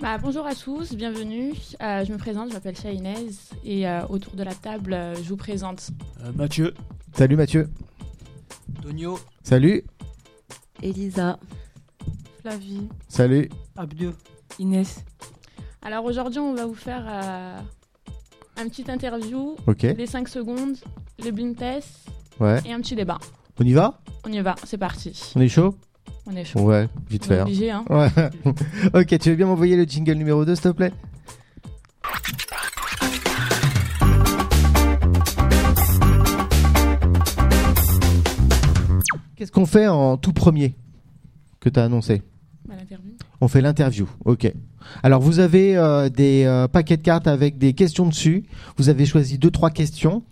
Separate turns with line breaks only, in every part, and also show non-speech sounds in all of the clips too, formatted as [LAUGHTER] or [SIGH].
Bah, Bonjour à tous, bienvenue. Euh, je me présente, je m'appelle Shahinez et euh, autour de la table, euh, je vous présente.
Euh, Mathieu.
Salut Mathieu.
Tonio.
Salut.
Elisa.
Flavie.
Salut.
Abdieu.
Inès.
Alors aujourd'hui, on va vous faire euh, un petit interview,
Ok.
les 5 secondes, le blind test
Ouais.
et un petit débat.
On y va
On y va, c'est parti.
On est chaud
On est chaud.
Ouais,
On
vite
est
fait. hein.
obligé, hein.
Ouais. [LAUGHS] ok, tu veux bien m'envoyer le jingle numéro 2, s'il te plaît Qu'est-ce qu'on fait en tout premier que tu as annoncé
Bah, l'interview.
On fait l'interview, ok. Alors vous avez euh, des euh, paquets de cartes avec des questions dessus. Vous avez choisi deux trois questions.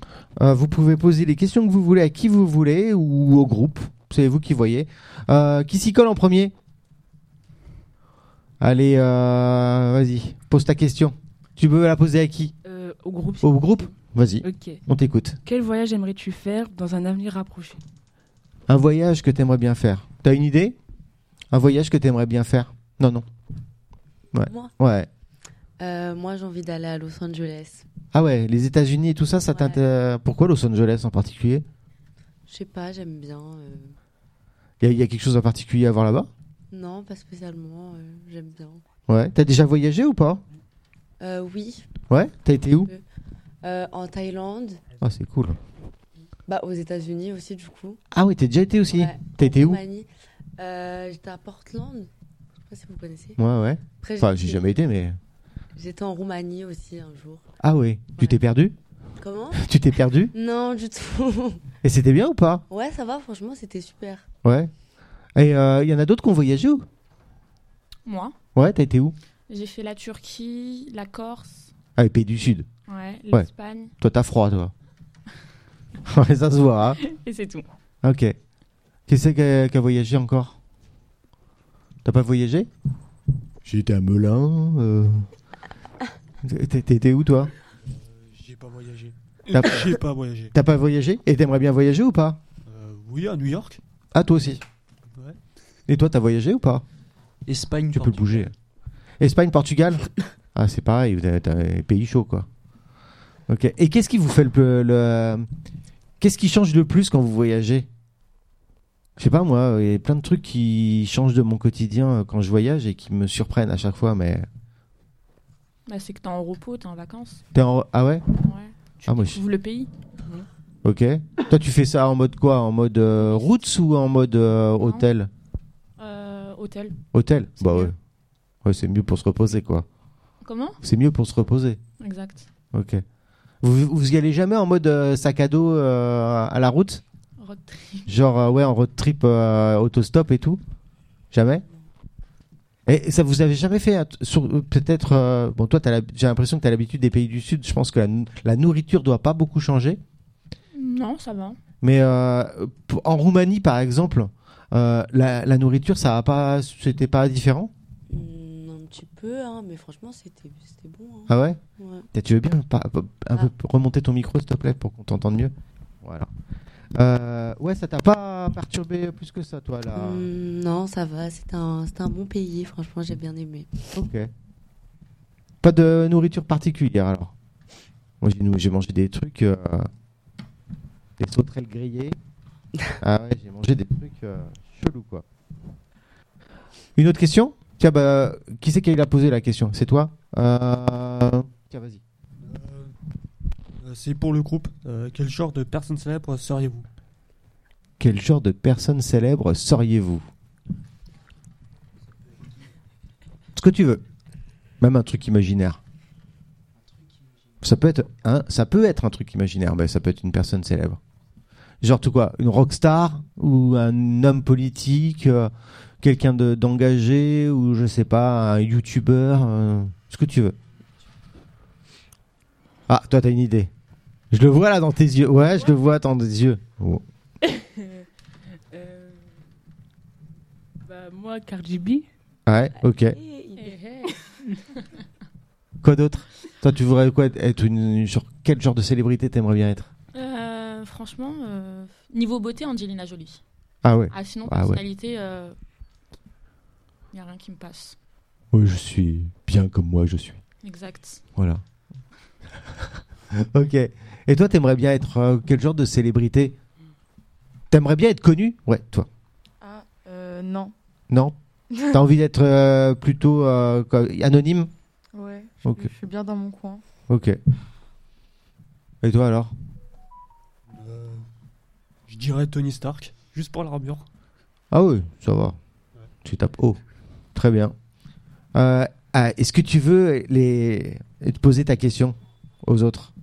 Euh, vous pouvez poser les questions que vous voulez à qui vous voulez ou au groupe. C'est vous qui voyez. Euh, qui s'y colle en premier Allez, euh, vas-y, pose ta question. Tu peux la poser à qui
Euh, au groupe.
Au groupe Vas-y,
Ok.
on t'écoute.
Quel voyage aimerais-tu faire dans un avenir rapproché
Un voyage que t'aimerais bien faire. T'as une idée Un voyage que t'aimerais bien faire Non, non.
Moi,
Ouais.
Euh, moi j'ai envie d'aller à Los Angeles.
Ah ouais, les États-Unis et tout ça, ça
Ouais.
t'intéresse. Pourquoi Los Angeles en particulier
Je sais pas, j'aime bien. euh,
Il y, a quelque chose en particulier à voir là-bas
Non, pas spécialement, euh, j'aime bien.
Ouais. T'as déjà voyagé ou pas
Euh, oui,
Ouais. T'as été où
euh, en Thaïlande,
Ah, c'est cool.
bah, aux États-Unis aussi, du coup.
Ah oui, t'as déjà été aussi
Ouais,
T'as
en
été où
Roumanie. Euh, J'étais à Portland, je sais pas si vous connaissez.
Ouais, ouais.
Après,
Enfin, j'ai
j'étais-
jamais été, mais.
J'étais en Roumanie aussi un jour.
Ah oui. Tu
Ouais.
t'es perdu
Comment
Tu t'es perdu
Non, du tout. [LAUGHS]
Et c'était bien ou pas
ouais, ça va, franchement, c'était super.
Ouais. Et euh, il y en a d'autres qui ont voyagé ou
Moi,
Ouais, t'as été où
j'ai fait la Turquie, la Corse,
Ah, les pays du Sud.
ouais,
Ouais.
l'Espagne
Toi, t'as froid, toi. [LAUGHS] Ouais, ça se voit, hein.
et c'est tout.
Ok. Qui c'est qui a, qui a voyagé encore T'as pas voyagé J'ai été à Melun. euh. T'es- T'étais où, toi
J'ai pas voyagé.
T'as-
J'ai pas voyagé.
T'as pas voyagé Et t'aimerais bien voyager ou pas
Euh, oui, à New York.
Ah, toi aussi.
Ouais.
Et toi, t'as voyagé ou pas
Espagne.
Tu peux le
Portugal.
bouger. Espagne,
[LAUGHS]
Portugal Ah, c'est pareil, vous avez- t'as les pays chauds, quoi. Ok. Et qu'est-ce qui vous fait le. plus- le- Qu'est-ce qui change le plus quand vous voyagez Je sais pas, moi, il y a plein de trucs qui changent de mon quotidien euh, quand je voyage et qui me surprennent à chaque fois, mais.
Bah, c'est que t'es en repos, t'es en vacances.
T'es en... Ah ouais
Ouais. Tu
Ah, moi, je-
découvres le pays.
Ok. Toi, tu fais ça en mode quoi En mode euh, routes ou en mode euh,
Non.
hôtel
Euh, hôtel.
Hôtel
C'est
Bah
mieux.
ouais. Ouais, c'est mieux pour se reposer, quoi.
Comment
C'est mieux pour se reposer.
Exact.
Ok. Vous, vous y allez jamais en mode euh, sac à dos euh, à la route
Road trip.
Genre, euh, ouais, en road trip, euh, autostop et tout Jamais Et ça vous avez jamais fait un t- sur- euh, peut-être. euh, bon, toi, t'as l'hab- j'ai l'impression que tu as l'habitude des pays du Sud. Je pense que la, nou- la nourriture doit pas beaucoup changer.
Non, ça va.
Mais euh, p- en Roumanie, par exemple, euh, la, la nourriture, ça a pas, c'était pas différent
Mm, un petit peu, hein, mais franchement, c'était c'était bon. hein.
Ah ouais
Ouais.
Tiens, Tu veux bien pas- pas- un peu remonter ton micro, s'il te plaît, pour qu'on t'entende mieux Voilà. Euh, ouais, ça t'a pas perturbé plus que ça, toi, là
Mm, non, ça va, c'est un, c'est un bon pays, franchement, j'ai bien aimé.
Ok. Pas de nourriture particulière, alors Moi, j'ai, nou- j'ai mangé des trucs... euh, des sauterelles grillées. ah ouais, j'ai mangé des trucs euh, chelous, quoi. Une autre question Tiens, bah, qui c'est qui a posé la question C'est toi Euh, Tiens, vas-y.
Euh, euh, c'est pour le groupe. Euh, quel genre de personne célèbre seriez-vous
Quel genre de personne célèbre seriez-vous Ce que tu veux. Même un truc imaginaire. Ça peut être un, ça peut être un truc imaginaire, mais ça peut être une personne célèbre. Genre tout quoi, une rockstar ou un homme politique, euh, quelqu'un de- d'engagé ou je sais pas, un youtubeur, euh, ce que tu veux. Ah, toi t'as une idée. Je le vois là dans tes yeux. Ouais, je le vois dans tes yeux. Oh.
Euh, bah, moi, Cardi B.
Ouais, ok. Eh.
Eh,
Quoi d'autre Toi, tu voudrais quoi être une sur quel genre de célébrité t'aimerais bien être
Euh, franchement, euh, niveau beauté, Angelina Jolie.
Ah ouais.
Ah sinon
Ah ouais.
personnalité, il n'y a rien qui me passe.
Oui, je suis bien comme moi, je suis.
Exact.
Voilà. [LAUGHS] ok. Et toi, t'aimerais bien être euh, quel genre de célébrité T'aimerais bien être connu Ouais, toi.
Ah, euh, non. [LAUGHS]
Non T'as envie d'être euh, plutôt euh, quoi, anonyme
Ouais, je,
Ok.
je suis bien dans mon coin.
Ok. Et toi alors
Euh, je dirais Tony Stark, juste pour l'armure.
Ah oui, ça va. Tu tapes haut. Très bien. Euh, ah, Est-ce que tu veux les... te poser ta question aux autres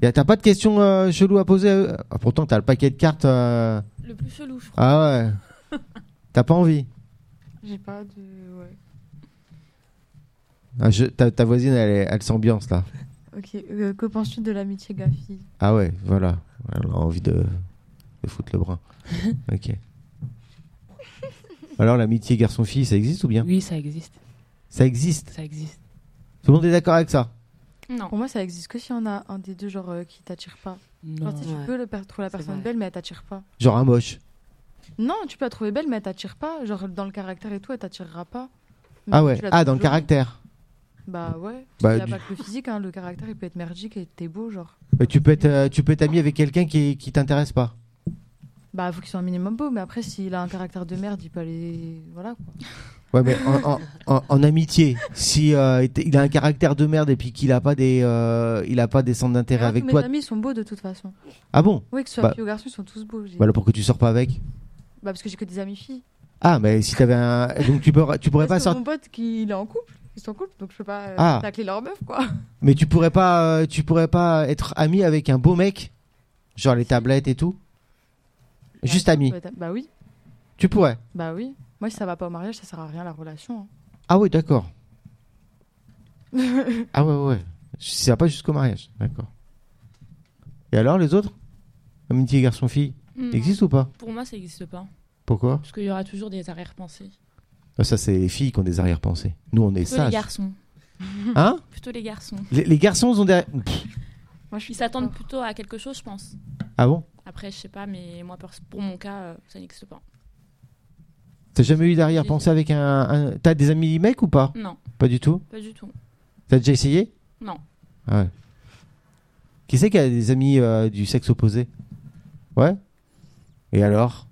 Y a- T'as pas de question euh, chelou à poser euh Ah, Pourtant, t'as le paquet de cartes. euh,
Le plus chelou, je crois.
Ah ouais. t'as pas envie
J'ai pas de. Ouais.
Ah, je- ta, ta voisine, elle, est- elle s'ambiance là.
Ok, euh, que penses-tu de l'amitié Gafi
Ah ouais, voilà. Elle a envie de, de foutre le bras. ok. Alors, l'amitié garçon-fille, ça existe ou bien
Oui, ça existe.
Ça existe.
Ça existe.
Tout le monde est d'accord avec ça
Non.
Pour moi, ça existe que si on a un des deux genre euh, qui t'attire pas.
Non.
Genre, tu sais,
Ouais.
tu peux le per- trouver la
C'est
personne
vrai.
belle, mais elle t'attire pas.
Genre un moche.
Non, tu peux la trouver belle, mais elle t'attire pas. Genre dans le caractère et tout, elle t'attirera pas. Mais
Ah
tu
ouais.
la
Ah,
trouves
dans le
jolie.
caractère.
Bah ouais.
Bah,
il n'y a
du-
pas que le physique, hein, le caractère, il peut être merdique et t'es beau, genre.
Mais tu peux être, euh, tu peux être ami avec quelqu'un qui, qui t'intéresse pas.
Bah, faut qu'il soit un minimum beau, mais après, s'il a un caractère de merde, il peut aller. Voilà quoi.
Ouais, mais en, en- en- en amitié, si euh, il t- il a un caractère de merde et puis qu'il a pas des, euh, il a pas des centres d'intérêt
Alors que
avec
mes
toi.
amis, ils sont beaux de toute façon.
Ah bon
Oui, que ce soit
Bah-
filles ou garçons, ils sont tous beaux. j'ai-
Bah alors pourquoi tu sors pas avec
Bah, parce que j'ai que des amis filles.
Ah, mais si t'avais un, donc tu pourrais, tu pourrais pas
Parce que
sortir.
mon pote, qui, il est en couple. Ils sont en couple, donc je peux pas euh,
Ah.
tacler leur meuf, quoi.
Mais tu pourrais pas, euh, tu pourrais pas être ami avec un beau mec, genre les tablettes et tout. Juste
Bah,
ami.
ouais, t'as- Bah oui,
Tu pourrais.
bah oui. Moi, si ça va pas au mariage, ça sert à rien la relation. hein.
Ah oui, d'accord. ah ouais, ouais. Ça va pas jusqu'au mariage, d'accord. Et alors les autres Amitié garçon-fille,
Non.
existe ou pas
Mm. Pour moi, ça n'existe pas.
Pourquoi
Parce qu'il y aura toujours des arrière-pensées.
Ah, Ça, c'est les filles qui ont des arrière-pensées. Nous, on est
Plutôt les
sages.
garçons.
Hein
Plutôt les garçons.
les, les garçons ont des... Pff,
Moi, je suis
Ils s'attendent
d'accord.
plutôt à quelque chose, je pense.
Ah bon
Après, je sais pas, mais moi, pour pour mon cas, euh, ça n'existe pas.
T'as jamais eu d'arrière-pensée avec un... un- T'as des amis mecs ou pas
Non,
Pas du tout
pas du tout.
T'as déjà essayé
Non.
Ah ouais. Qui c'est qui a des amis euh, du sexe opposé Ouais Et alors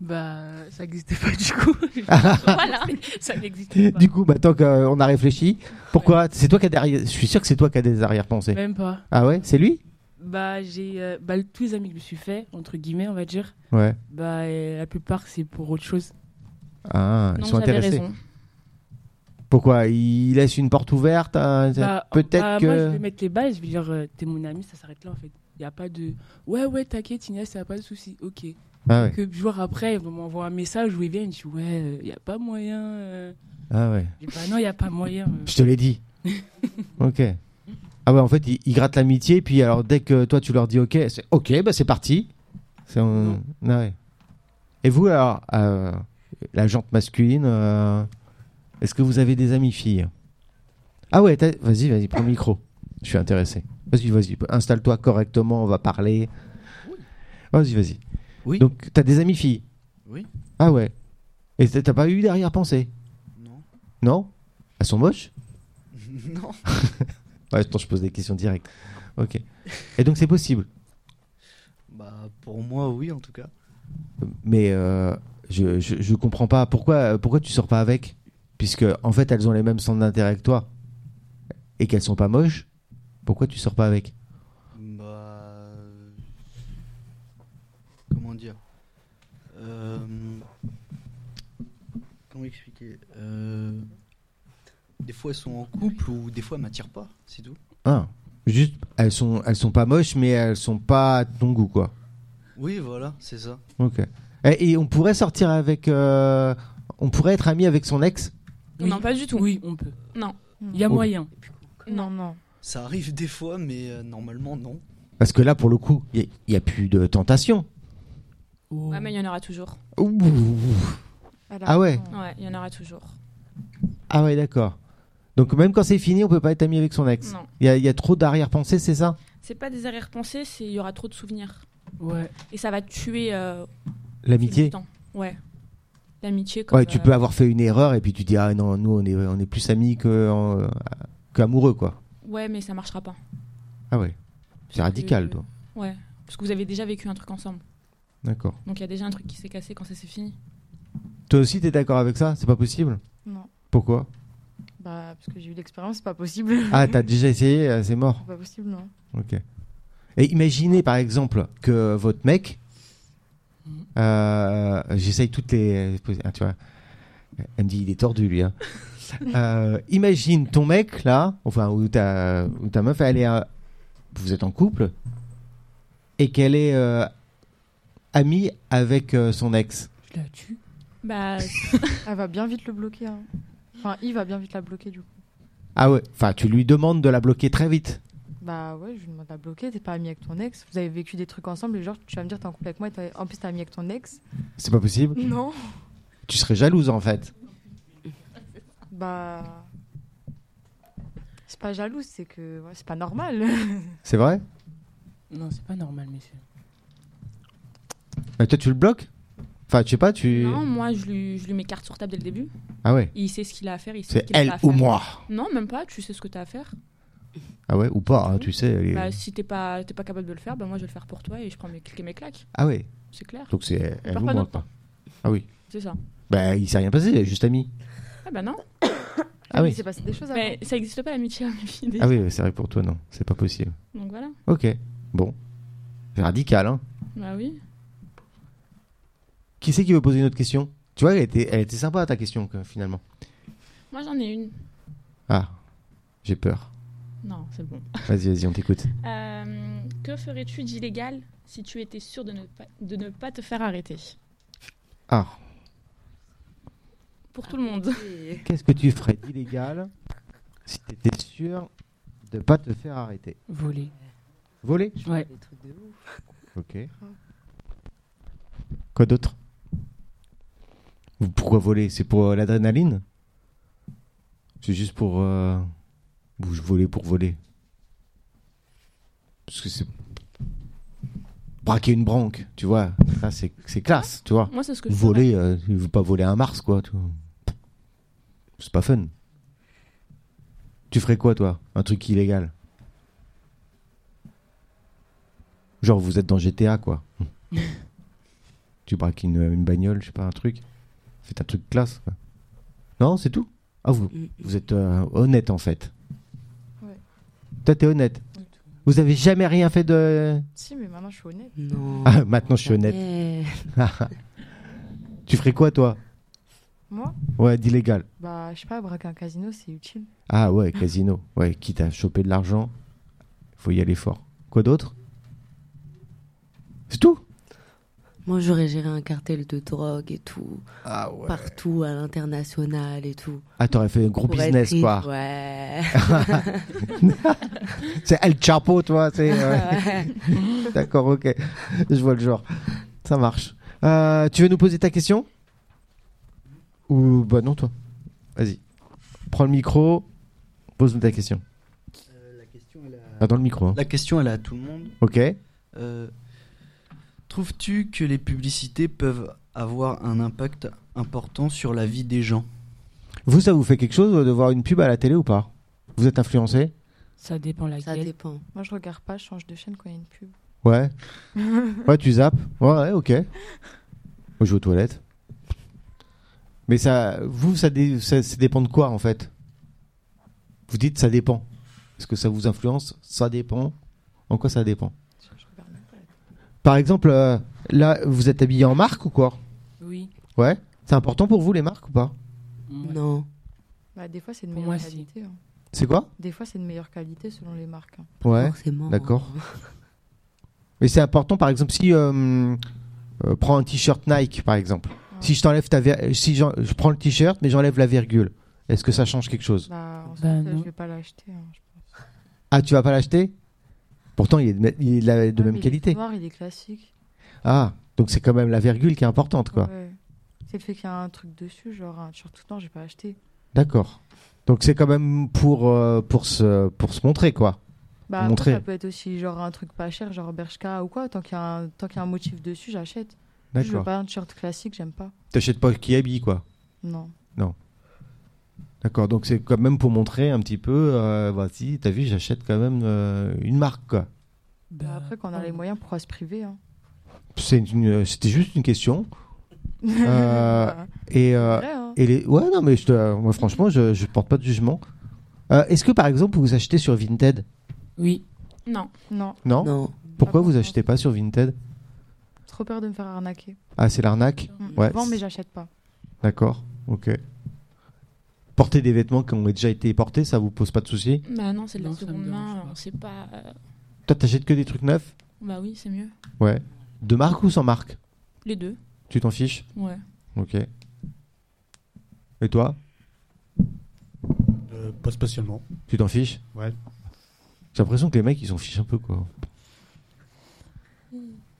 Bah, ça n'existe pas du coup.
[LAUGHS]
voilà.
ça n'existe pas.
Ah. Du coup, maintenant qu'on a réfléchi, pourquoi C'est toi qui a derrière. Je suis sûr que c'est toi qui a des arrière-pensées.
Même pas.
Ah ouais, c'est lui
Bah, j'ai euh, bah, tous les amis que je me suis fait, entre guillemets, on va dire,
Ouais.
bah, euh, la plupart c'est pour autre chose.
Ah, ils
Non,
sont
j'avais
intéressés.
raison.
Pourquoi Il laisse une porte ouverte. hein, ça-
Bah,
Peut-être
bah,
que.
Moi, je vais mettre les bases, je vais dire, euh, t'es mon ami, ça s'arrête là en fait. Il n'y a pas de. Ouais, ouais, t'inquiète, Inès, il a pas de souci. Ok.
Ah ouais.
Que jours après, ils vont m'envoyer un message où ils viennent, je dis, ouais, il n'y a pas moyen. euh.
Ah ouais.
Je dis, bah non, il n'y a pas moyen.
[LAUGHS]
euh.
Je te l'ai
[LAUGHS]
dit. ok. Ah ouais, en fait, ils, ils grattent l'amitié, puis alors dès que toi tu leur dis ok, c'est ok, bah c'est parti. C'est on- Ah ouais. Et vous alors, euh, la jante masculine, euh, est-ce que vous avez des amis filles Ah ouais, t'as- vas-y, vas-y, prends le micro. Je suis intéressé. Vas-y, vas-y, installe-toi correctement, on va parler. Vas-y, vas-y.
Oui.
Donc, t'as des amis filles
Oui.
Ah ouais. Et t'as t'as pas eu d'arrière-pensée
Non.
Non Elles sont moches
non.
[LAUGHS] Ouais, attends, je pose des questions directes. Ok. Et donc c'est possible.
Bah, pour moi, oui, en tout cas.
Mais euh, je, je, je comprends pas. Pourquoi, pourquoi tu sors pas avec Puisque en fait elles ont les mêmes centres d'intérêt que toi. Et qu'elles sont pas moches. Pourquoi tu sors pas avec
Bah. euh, Comment dire Euh, Comment expliquer Euh, Des fois, elles sont en couple ou des fois, elles m'attirent pas, c'est tout.
Ah. Juste, elles sont, elles sont pas moches, mais elles sont pas à ton goût, quoi.
Oui, voilà, c'est ça.
Ok. Et, et on pourrait sortir avec. euh, on pourrait être ami avec son ex
Oui.
Non, pas du tout.
Oui, on peut.
Non.
Il y a
Oh.
moyen.
Non, non.
Ça arrive des fois, mais euh, normalement, non.
Parce que là, pour le coup, il n'y a plus de tentation.
Oh.
Ouais, mais il y en aura toujours.
Ouh.
Elle a
Ah ouais.
raison.
Ouais, il y en aura toujours.
Ah ouais, d'accord. Donc même quand c'est fini, on peut pas être ami avec son ex.
Non.
Il y, a- il y a trop d'arrière-pensée, c'est ça
C'est pas des arrière-pensées, c'est il y aura trop de souvenirs.
Ouais.
Et ça va tuer euh, au fil du
L'amitié
temps. Ouais. l'amitié. comme,
Ouais, tu
euh,
peux avoir fait une erreur et puis tu dis ah non, nous on est, on est plus amis que en- euh, qu'amoureux quoi.
Ouais, mais ça marchera pas.
Ah ouais, c'est radical
que-
toi.
Ouais, parce que vous avez déjà vécu un truc ensemble.
D'accord.
Donc il y a déjà un truc qui s'est cassé quand ça s'est fini.
Toi aussi t'es d'accord avec ça C'est pas possible
Non.
Pourquoi
Bah, parce que j'ai eu l'expérience, c'est pas possible.
Ah t'as déjà essayé, euh, c'est mort.
[LAUGHS] C'est pas possible, non.
Ok. Et imaginez par exemple que votre mec,
Mhm.
euh, j'essaye toutes les, ah, tu vois, elle me dit il est tordu
[LAUGHS]
lui. hein. Euh, imagine ton mec là, enfin ou ta ou ta meuf, elle est, euh, vous êtes en couple et qu'elle est euh, amie avec euh, son ex.
Je la tue.
Bah,
Elle va bien vite le bloquer. hein. Enfin, il va bien vite la bloquer, du coup.
Ah ouais, enfin tu lui demandes de la bloquer très vite.
Bah ouais, je lui demande à bloquer, t'es pas ami avec ton ex, vous avez vécu des trucs ensemble, et genre tu vas me dire t'es en couple avec moi, et t'es- en plus t'es ami avec ton ex.
C'est pas possible.
[LAUGHS] Non.
Tu serais jalouse en fait.
Bah... C'est pas jalouse, c'est que ouais, c'est pas normal.
C'est vrai
Non, c'est pas normal, messieurs.
Mais toi tu le bloques Enfin je sais pas, tu.
non, moi je lui, je lui mets carte sur table dès le début.
Ah ouais.
Il sait ce qu'il a à faire. il sait ce
C'est
qu'il a
elle
pas à
ou
faire.
moi.
Non, même pas. Tu sais ce que t'as à faire.
Ah ouais, ou pas, hein,
Oui.
tu sais. elle est-
Bah, si t'es pas, t'es pas capable de le faire, bah moi je vais le faire pour toi et je prends mes clics et mes claques.
Ah ouais,
C'est clair.
donc c'est elle
perd pas
ou moi.
notre temps.
Ah oui.
C'est ça.
Bah il s'est rien passé, elle est juste amie.
Ah bah non.
Ah
Mais
oui.
Il s'est passé des choses avant.
Mais ça existe pas l'amitié à mes filles, déjà.
Ah oui, c'est vrai pour toi, non, c'est pas possible.
Donc voilà.
Ok, bon. C'est radical, hein.
Bah oui.
Qui c'est qui veut poser une autre question Tu vois, elle était, elle était sympa ta question, que- finalement.
Moi j'en ai une.
Ah, j'ai peur.
Non, c'est bon.
Vas-y, vas-y, on t'écoute.
Euh, que ferais-tu d'illégal si tu étais sûr de ne pas, de ne pas te faire arrêter
Ah,
Pour tout le monde.
qu'est-ce que tu ferais d'illégal si t'étais sûr de pas te faire arrêter
Voler.
Voler
Ouais.
Des trucs de ouf.
Ok. Quoi d'autre Vous- Pourquoi voler C'est pour euh, l'adrénaline C'est juste pour. Euh... vous- je voler pour voler. Parce que c'est. Braquer une branque, tu vois. Ça, c'est c'est classe, tu vois.
[LAUGHS] Moi c'est ce que je ferais.
Voler, euh, je veux pas voler un Mars, quoi. tu vois. C'est pas fun. Tu ferais quoi, toi Un truc illégal Genre, vous êtes dans GTA, quoi. tu braques une, une bagnole, je sais pas, un truc. Faites un truc classe, quoi. Non, c'est tout Ah, vous,
Mm.
vous êtes euh, honnête, en fait.
Ouais.
Toi, t'es honnête.
Oui.
Vous avez jamais rien fait de.
Si, mais maintenant je suis honnête.
Non.
Ah, maintenant, je suis honnête.
Eh,
tu ferais quoi, toi
Moi,
Ouais, d'illégal.
bah je sais pas, braquer un casino c'est utile.
Ah ouais, casino. Ouais, quitte à choper de l'argent, faut y aller fort. Quoi d'autre C'est tout
Moi, j'aurais géré un cartel de drogue et tout,
Ah ouais.
partout à l'international et tout.
Ah, t'aurais fait un gros
Pour être
business,
riche,
quoi. [LAUGHS]
Ouais.
C'est El Chapo, toi, c'est...
Ouais.
[LAUGHS] D'accord, ok. Je vois le genre. Ça marche. Euh, tu veux nous poser ta question Ou... Bah non, toi. Vas-y. Prends le micro, pose-nous ta question.
Euh, la, question, elle
Ah,
a...
dans le micro. hein.
la question, elle a à tout le monde.
Ok.
Euh, Trouves-tu que les publicités peuvent avoir un impact important sur la vie des gens
Vous, ça vous fait quelque chose de voir une pub à la télé ou pas Vous êtes influencé
Ça dépend
Ça
laquelle.
dépend.
Moi je regarde pas, je change de chaîne quand il y a une pub.
Ouais. ouais, tu zappes. Ouais, ouais, ok. Moi, je vais aux toilettes. Mais ça, vous, ça, dé- ça, ça dépend de quoi en fait Vous dites ça dépend. Est-ce que ça vous influence Ça dépend. En quoi ça dépend
Je je regarde même pas.
Par exemple, euh, là, vous êtes habillé en marque ou quoi
Oui.
Ouais. C'est important pour vous les marques ou pas
Ouais.
Non.
Bah, des fois c'est de
Pour moi,
meilleure
si.
qualité. hein.
C'est quoi
Des fois c'est de meilleure qualité selon les marques. hein.
Ouais.
Forcément.
D'accord. Mais c'est important, par exemple, si euh, euh, prends un t-shirt Nike, par exemple. Si je t'enlève ta vir- si j'en- je prends le t-shirt, mais j'enlève la virgule, est-ce que ça change quelque chose
Bah, en
Bah,
fait,
non.
je vais pas l'acheter. hein, je pense.
Ah, tu vas pas l'acheter Pourtant, il est de, ma- il est de la- de
Ouais, Ah, mais
même
il est
qualité.
noir, il est classique.
Ah, donc c'est quand même la virgule qui est importante, quoi.
Ouais. C'est le fait qu'il y a un truc dessus, genre un t-shirt tout le temps, j'ai pas acheté.
D'accord. Donc c'est quand même pour euh, pour se pour se montrer, quoi.
Bah, après,
Montrer.
ça peut être aussi genre un truc pas cher, genre Bershka ou quoi. Tant qu'il y, a un- tant qu'il y a un motif dessus, j'achète. Je veux
D'accord.
pas un t-shirt classique, j'aime pas.
T'achètes pas qui habille, quoi.
Non.
D'accord, donc c'est quand même pour montrer un petit peu, euh, voici, t'as vu, j'achète quand même euh, une marque, quoi.
Bah, après, quand on a les moyens, pourquoi se priver hein
C'est une- euh, C'était juste une
[LAUGHS]
question. Euh,
Bah,
Et, euh,
vrai, hein.
et les... Ouais, non, mais je te- moi, franchement, je, je porte pas de jugement. Euh, Est-ce que, par exemple, vous achetez sur Vinted
Oui.
Non.
Non,
non,
Non.
Pourquoi
Pas
vous
pour
achetez pas sur Vinted
trop peur de me faire arnaquer.
Ah, c'est l'arnaque
Mm.
Ouais.
Je vends, mais j'achète pas.
D'accord, ok. Porter des vêtements qui ont déjà été portés, ça vous pose pas de soucis
Bah non, c'est de la
Non, ça me
seconde
dérange
main,
pas.
on sait pas. euh,
Toi, t'achètes que des trucs neufs
Bah oui, c'est mieux.
Ouais. De marque ou sans marque
Les deux,
Tu t'en fiches
ouais.
Ok. Et toi
Euh, pas spécialement.
Tu t'en fiches
Ouais.
J'ai l'impression que les mecs, ils s'en fichent un peu, quoi.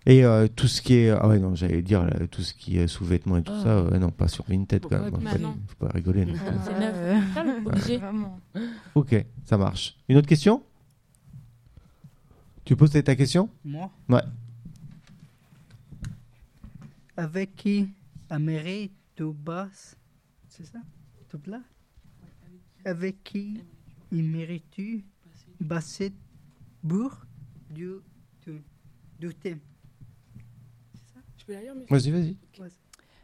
Et euh, tout ce qui est. Ah ouais, non, j'allais dire, là, tout ce qui est sous-vêtements et tout
Ah.
ça, ouais, non, pas sur Vinted quand même.
Pourquoi
Faut
Bah
pas-
non.
faut pas rigoler. non.
C'est
Ouais,
neuf.
ouais.
Faire
[LAUGHS]
le objet.
Vraiment.
Ok, ça marche. Une autre question Tu poses ta question
Moi
Ouais.
Avec qui Amérique de basse, c'est ça Tout là Avec qui Amérique-tu Basset Bourg du, du, du thème
Je peux la lire, mais-
Vas-y, vas-y.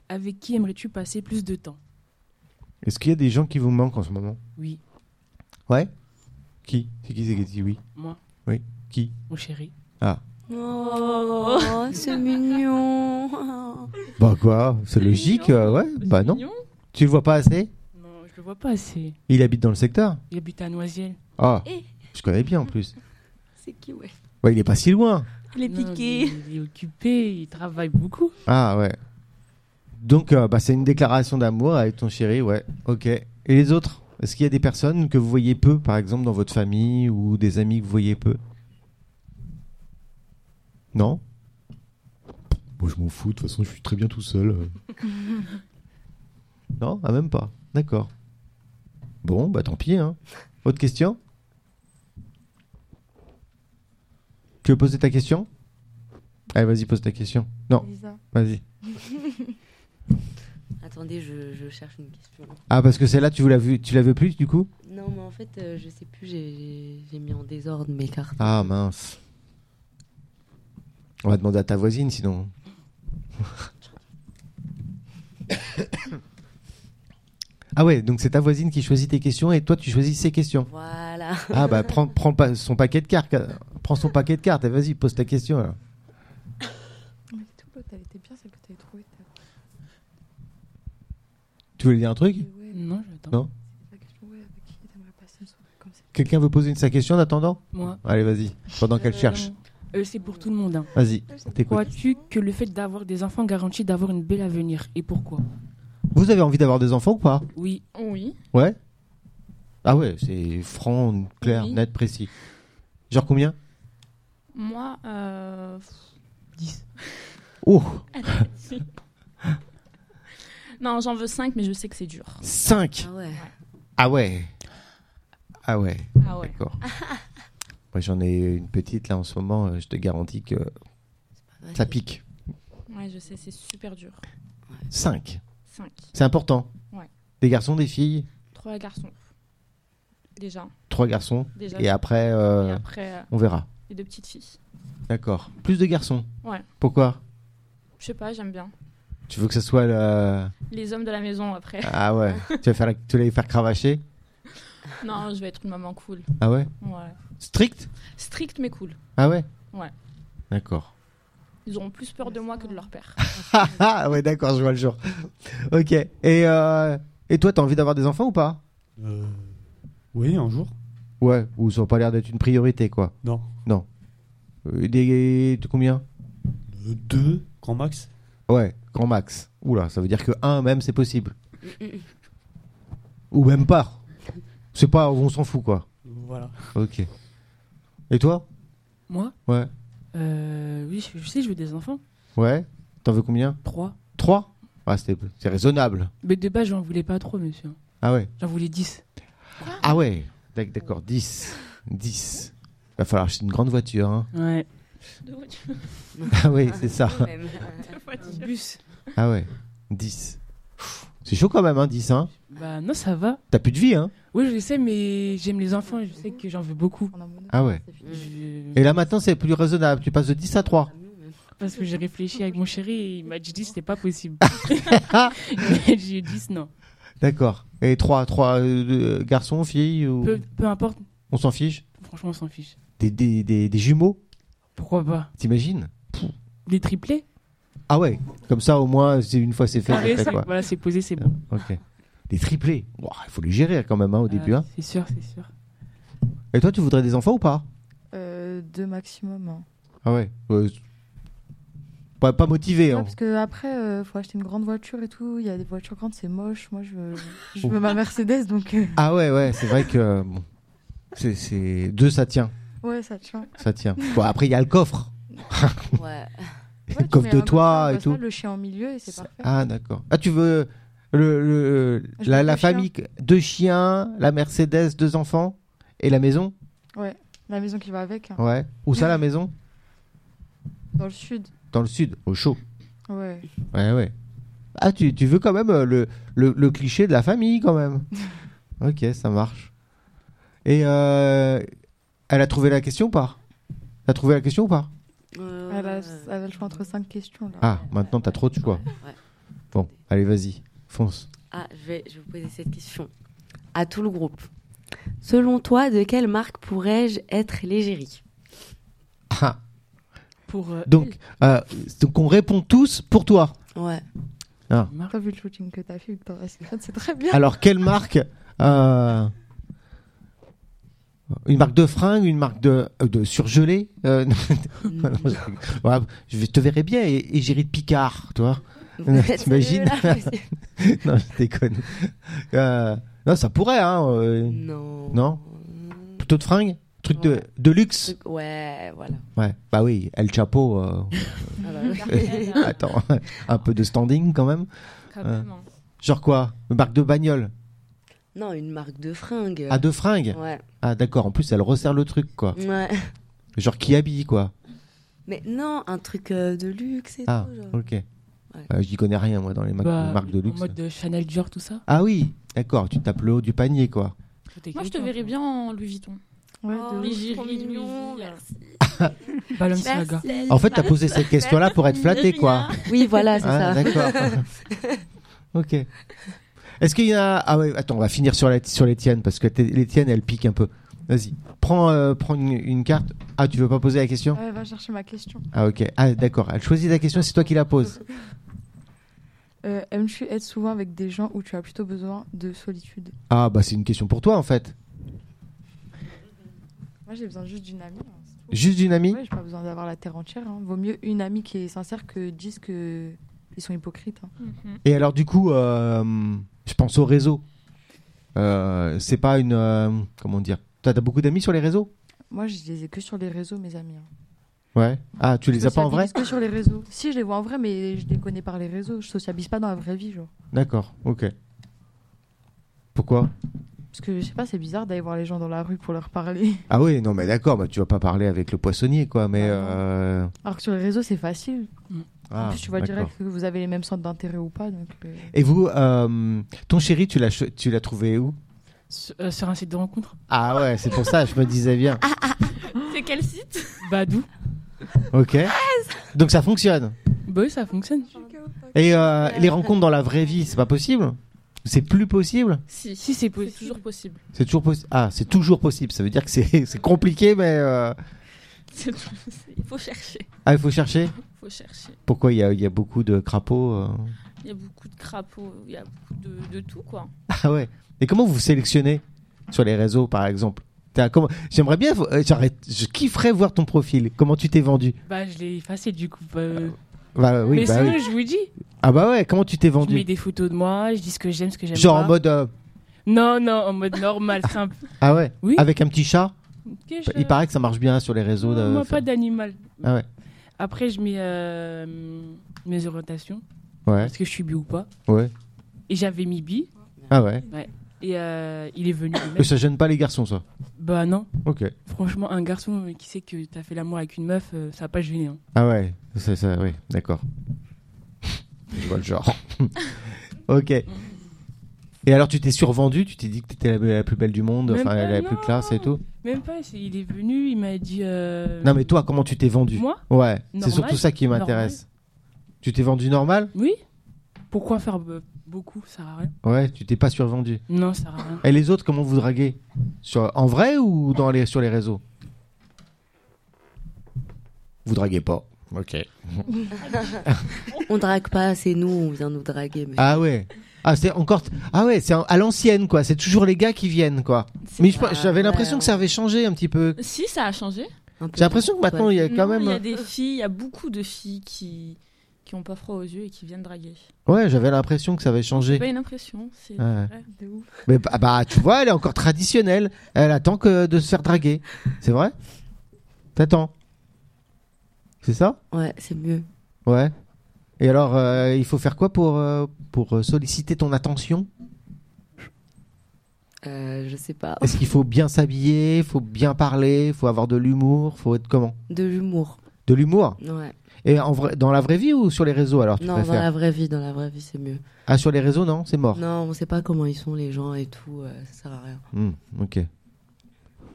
Avec qui aimerais-tu passer plus de temps
Est-ce qu'il y a des gens qui vous manquent en ce moment
Oui,
Ouais Qui C'est qui c'est qui dit oui
moi,
Qui
mon chéri.
Oh, c'est mignon.
Bah quoi C'est logique, euh, ouais Bah non. Tu le vois pas assez
Non, je le vois pas assez.
Il habite dans le secteur
Il habite à Noisiel.
Ah
Eh.
Je connais bien en plus.
C'est qui, ouais
Ouais, il est pas si loin
Il est
Non,
piqué.
Il, il est occupé, il travaille beaucoup.
Ah ouais. Donc, euh, bah, c'est une déclaration d'amour avec ton chéri, ouais. Ok. Et les autres Est-ce qu'il y a des personnes que vous voyez peu, par exemple, dans votre famille ou des amis que vous voyez peu Non
Moi, je m'en fous. De toute façon, je suis très bien tout seul. euh.
[LAUGHS] Non Ah, même pas. D'accord. Bon, bah tant pis. Hein. Autre question Tu veux poser ta question Allez, vas-y, pose ta question. Non,
Lisa.
vas-y.
[LAUGHS] Attendez, je, je cherche une question.
Ah, parce que celle-là, tu vous la vu- tu la veux plus, du coup
Non, mais en fait, euh, je sais plus, j'ai- j'ai j'ai mis en désordre mes cartes.
Ah mince. On va demander à ta voisine sinon. [COUGHS] ah ouais, donc c'est ta voisine qui choisit tes questions et toi tu choisis ses questions.
Voilà.
Ah bah prends, prends le pa- son paquet de cartes. Prends son paquet de cartes et vas-y, pose ta question. alors.
Mais c'est tout, l'autre, elle était bien celle que t'avais trouvée. t'as-
Tu voulais dire un truc
Ouais,
Non, j'attends.
Non.
la question, ouais, avec qui t'aimerais passer une soirée comme ça
Quelqu'un veut poser une- sa question en attendant
Moi.
Allez, vas-y. Pendant qu'elle
Euh,
cherche.
euh, c'est pour tout le monde. hein.
Vas-y, on t'écoute.
Crois-tu que le fait d'avoir des enfants garantit d'avoir une belle avenir Et pourquoi
Vous avez envie d'avoir des enfants ou pas
Oui,
Oui,
Ouais Ah ouais, c'est franc, clair,
Oui.
net, précis. Genre combien
moi, euh, [LAUGHS]
10.
Oh
non, j'en veux 5, mais je sais que c'est dur.
5
Ah ouais.
Ah ouais Ah ouais,
Ah ouais. [LAUGHS]
d'accord. Moi j'en ai une petite là en ce moment, euh, je te garantis que
Ouais,
ça pique.
Ouais, je sais, c'est super dur.
5,
5.
c'est important.
Ouais.
Des garçons, des filles,
3 garçons. Déjà.
trois garçons,
Déjà.
et après
Et
euh,
après, euh,
on verra.
les deux petites filles.
D'accord. Plus de garçons
Ouais.
Pourquoi
Je sais pas, j'aime bien.
Tu veux que ça soit le...
Les hommes de la maison après. [LAUGHS]
Ah ouais, tu vas, faire la- tu vas les faire cravacher
non, je vais être une maman cool.
Ah ouais
Ouais.
Strict
Strict mais cool.
Ah ouais
Ouais.
D'accord. [LAUGHS]
Ils auront plus peur de moi que de leur père.
Ah, ah, ouais, d'accord, je vois le jour. ok. Et, euh, et toi, t'as envie d'avoir des enfants ou pas
Euh, oui, un jour.
Ouais, ou ça n'a pas l'air d'être une priorité, quoi.
Non.
Euh, Des, de combien
Euh, deux, grand max.
Ouais, grand max. Oula, ça veut dire que un même, c'est possible.
Mm, mm.
Ou même pas. C'est pas, on s'en fout, quoi.
Voilà.
Ok. Et toi
Moi
Ouais.
Euh, Oui, je, je sais, je veux des enfants.
Ouais. T'en veux combien
3.
Trois Ah, c'était- c'est raisonnable.
Mais de base, j'en voulais pas trop, monsieur.
Ah ouais.
J'en voulais 10.
Ah ouais. D'ac- D'accord, 10. 10. Va falloir acheter une grande voiture, hein.
Ouais.
[LAUGHS] de voiture.
Ah oui, c'est ça.
Quand même.
De voiture.
Bus.
Ah ouais, 10. C'est chaud quand même, hein, 10. Hein.
Bah non, ça va.
T'as plus de vie, hein.
Oui, je sais, mais j'aime les enfants. Je sais que j'en veux beaucoup.
On en monnaie.
Ah ouais.
C'est fini.
Je-
Et là maintenant, c'est plus raisonnable. Tu passes de 10 à 3.
Parce que j'ai réfléchi avec mon chéri et il m'a dit 10, c'était pas
[LAUGHS]
possible. il m'a dit 10, non.
D'accord. Et 3, 3 euh, garçons, filles ou...
Peu, peu importe,
On s'en fiche
franchement, on s'en fiche.
des, des, des, des jumeaux,
Pourquoi pas
t'imagines
Des triplés
Ah ouais, comme ça au moins, c'est une fois c'est fait,
Carré,
c'est fait
c'est-
quoi.
Voilà, c'est posé, c'est bon.
Ok. Des triplés. Ouah, Il faut les gérer quand même hein, au début.
Ah,
hein.
C'est sûr, c'est sûr.
Et toi, tu voudrais des enfants ou pas
Euh, deux maximum. hein.
Ah ouais. Euh, pas, pas motivé.
Ouais,
hein.
parce que après, euh, faut acheter une grande voiture et tout. Il y a des voitures grandes, c'est moche. Moi, je veux, je
Oh.
veux ma Mercedes, donc euh,
Ah ouais, ouais, c'est vrai que euh, bon, c'est- c'est deux, ça tient,
ouais, ça tient.
ça tient. Bon, après il y a le coffre.
Ouais.
Ouais, tu
Coffre
mets
de
un coffre,
toit
un
et
brassard,
tout.
Le chien en milieu et c'est parfait.
Ah d'accord. Ah tu veux le, le-
Je
la,
veux
la
deux chiens.
famille, deux chiens, la Mercedes, deux enfants et la maison.
La maison qui va avec, hein,
Ouais. Où ça la maison
dans le sud.
Dans le sud, au chaud.
Ouais.
Ouais, ouais. Ah, tu, tu veux quand même euh, le, le, le cliché de la famille, quand même.
[LAUGHS]
ok, ça marche. Et euh, elle a trouvé la question ou pas T'as trouvé la question ou pas
Euh,
Elle a, elle a le choix entre cinq questions. Là.
Ah, maintenant t'as trop de choix.
Ouais.
Bon, allez, vas-y, fonce.
Ah, je vais, je vais vous poser cette question à tout le groupe. Selon toi, de quelle marque pourrais-je être l'égérie
Ah,
Pour, euh,
donc, euh, donc on répond tous pour toi.
Ouais.
elle, Marc,
T'as vu le shooting que t'as fait, Victor Escalade, c'est très bien.
Alors, quelle marque euh, Une marque de fringues, une marque de, euh, de surgelé euh, [LAUGHS] non,
Hmm.
je- ouais, Je te verrai bien, et, et Géry de Picard, toi. [LAUGHS]
Vous êtes
T'imagines [LAUGHS]
sérieux, là Monsieur
non, je déconne. Euh, non, ça pourrait, hein. euh,
Non.
Non. plutôt de fringues Truc de,
Ouais.
de luxe
Ouais, voilà.
Ouais, bah oui, El Chapeau. euh, [LAUGHS]
Ah bah oui.
Quand
Attends, un peu de standing quand même.
même, hein.
Genre quoi Une marque de bagnole
[LAUGHS] non, une marque de fringues.
Ah, de fringues
Ouais.
Ah, d'accord, en plus elle resserre le truc, quoi.
ouais.
Genre qui habille, quoi.
Mais non, un truc euh, de luxe et
Ah,
tout. genre.
ok. Euh, J'y connais rien, moi, dans les ma-
bah,
marques de luxe.
En mode euh, Chanel Dior, tout ça.
Ah oui, d'accord, tu tapes le haut du panier, quoi.
Moi, je te verrais
hein.
bien en Louis Vuitton.
Ouais,
Oh,
de ouf.
Louis
trop
Vuitton,
mignon,
Louis Vuitton.
merci.
Balenciaga.
Merci.
En fait, t'as posé cette question-là pour être flatté, quoi.
Oui, voilà, c'est
Ah,
ça.
D'accord.
[LAUGHS]
ok. Est-ce qu'il y a. Ah ouais, attends, on va finir sur, la... sur les tiennes parce que t'es- les tiennes, elles piquent un peu. Vas-y. Prends, euh, prends une, une carte. Ah, tu veux pas poser la question
Ouais, va chercher ma question.
Ah, ok. Ah, d'accord. Elle choisit la question, c'est toi qui la poses.
Euh, Aimes-tu être souvent avec des gens où tu as plutôt besoin de solitude
Ah, bah, c'est une question pour toi en fait.
Moi, j'ai besoin juste d'une amie. hein, c'est tout.
Juste d'une amie
Ouais, j'ai pas besoin d'avoir la terre entière. hein. Vaut mieux une amie qui est sincère que dix que ils sont hypocrites. hein.
Mhm.
Et alors, du coup, euh, je pense au réseau. Euh, c'est pas une. euh, comment dire Toi, t'as beaucoup d'amis sur les réseaux
Moi, je les ai que sur les réseaux, mes amis. hein.
Ouais. Ah, tu
Je
les as pas en vrai
sociabilise Que sur les réseaux. Si, je les vois en vrai, mais je les connais par les réseaux. Je sociabilise pas dans la vraie vie, genre.
D'accord, ok. Pourquoi
Parce que je sais pas, c'est bizarre d'aller voir les gens dans la rue pour leur parler. [LAUGHS]
Ah oui, non, mais d'accord, bah, tu vas pas parler avec le poissonnier, quoi, mais...
Ah non.
euh,
Alors que sur les réseaux, c'est facile. en
ah,
plus, tu vois
d'accord.
direct que vous avez les mêmes centres d'intérêt ou pas. Donc, euh,
Et vous, euh, ton chéri, tu l'as cho- tu l'as trouvé où
Sur, euh, sur un site de rencontre.
Ah ouais, c'est pour ça, je me disais bien.
[LAUGHS]
Ah,
C'est quel site
Badou.
Ok. Donc ça fonctionne.
Bah oui, ça fonctionne.
Et euh, les rencontres dans la vraie vie, c'est pas possible C'est plus possible
Si,
Si, c'est
c'est
possible.
toujours possible.
C'est toujours possible. Ah, c'est toujours possible. Ça veut dire que c'est [LAUGHS] c'est compliqué, mais... euh,
[LAUGHS] C'est tout- c'est- Il faut chercher.
Ah, il faut chercher
Il faut chercher.
Pourquoi il y a, il y a beaucoup de crapauds euh
Il y a beaucoup de crapauds, il y a beaucoup de, de tout, quoi.
Ah ouais. Et comment vous sélectionnez sur les réseaux, par exemple T'as- comment- J'aimerais bien, euh, j'arrête- je kifferais voir ton profil. Comment tu t'es vendu
Bah, je l'ai effacé du coup. euh,
Bah oui,
mais
bah
sinon,
oui.
je vous dis.
Ah bah ouais, comment tu t'es
Je mets
vendu
des photos de moi, je dis ce que j'aime, ce que j'aime
Genre
pas.
en mode, euh,
Non, non, en mode normal, simple.
ah ouais,
Oui.
avec un petit chat.
Que je-
Il paraît que ça marche bien sur les réseaux.
Non,
de-
Moi,
faire-
pas d'animal.
Ah ouais.
Après, je mets euh, mes orientations.
Ouais,
Est-ce que je suis bi ou pas
ouais.
Et j'avais mis bi.
Ah ouais.
Et euh, il est
[COUGHS]
venu. le mec.
Et ça gêne pas les garçons, ça.
Bah non.
Ok.
Franchement, un garçon euh, qui sait que t'as fait l'amour avec une meuf, euh, ça va pas le gêner. hein.
Ah ouais, c'est ça, oui, d'accord. [LAUGHS] Je vois le genre. [LAUGHS] ok. Et alors, tu t'es survendu, tu t'es dit que t'étais la, la plus belle du monde,
Même
enfin,
pas,
la plus
non.
classe et tout.
Même pas, c'est- il est venu, il m'a dit. euh,
Non, mais toi, comment tu t'es vendu
Moi
Ouais, c'est
Normal.
surtout ça qui m'intéresse. Tu t'es vendu normal
Oui. Pourquoi faire euh, beaucoup Ça sert à rien.
Ouais, tu t'es pas survendu.
Non, ça sert à rien.
Et les autres, comment vous draguez sur, En vrai ou dans les, sur les réseaux Vous draguez pas. Ok.
On drague pas, c'est nous, on vient nous draguer. mais-
Ah ouais. Ah, c'est encore. t- Ah ouais, c'est en- à l'ancienne, quoi. C'est toujours les gars qui viennent, quoi. Mais je-
pas-
j'avais l'impression
Bah, ouais,
que ça avait changé un petit peu.
Si, ça a changé.
un peu
J'ai l'impression que maintenant, il y a quand
Non, Il y a
Bah,
même.
des filles, il y a beaucoup de filles qui qui ont pas froid aux yeux et qui viennent draguer.
Ouais, j'avais l'impression que ça avait
C'est
changé.
pas une impression, c'est
Ouais.
vrai.
De ouf.
Mais bah, bah, tu vois, elle est encore traditionnelle. Elle attend que de se faire draguer. C'est vrai T'attends. C'est ça
Ouais, c'est mieux.
Ouais. Et alors, euh, il faut faire quoi pour, euh, pour euh, solliciter ton attention
Euh, je sais pas.
Est-ce qu'il faut bien s'habiller Faut bien parler Faut avoir de l'humour Faut être comment
De l'humour.
De l'humour
Ouais.
Et en vrai, dans la vraie vie ou sur les réseaux alors tu
Non, dans
préfères
la vraie vie, dans la vraie vie, c'est mieux.
Ah, sur les réseaux, non, c'est mort.
Non, on sait pas comment ils sont les gens et tout, euh, ça sert à rien.
Hmm, ok.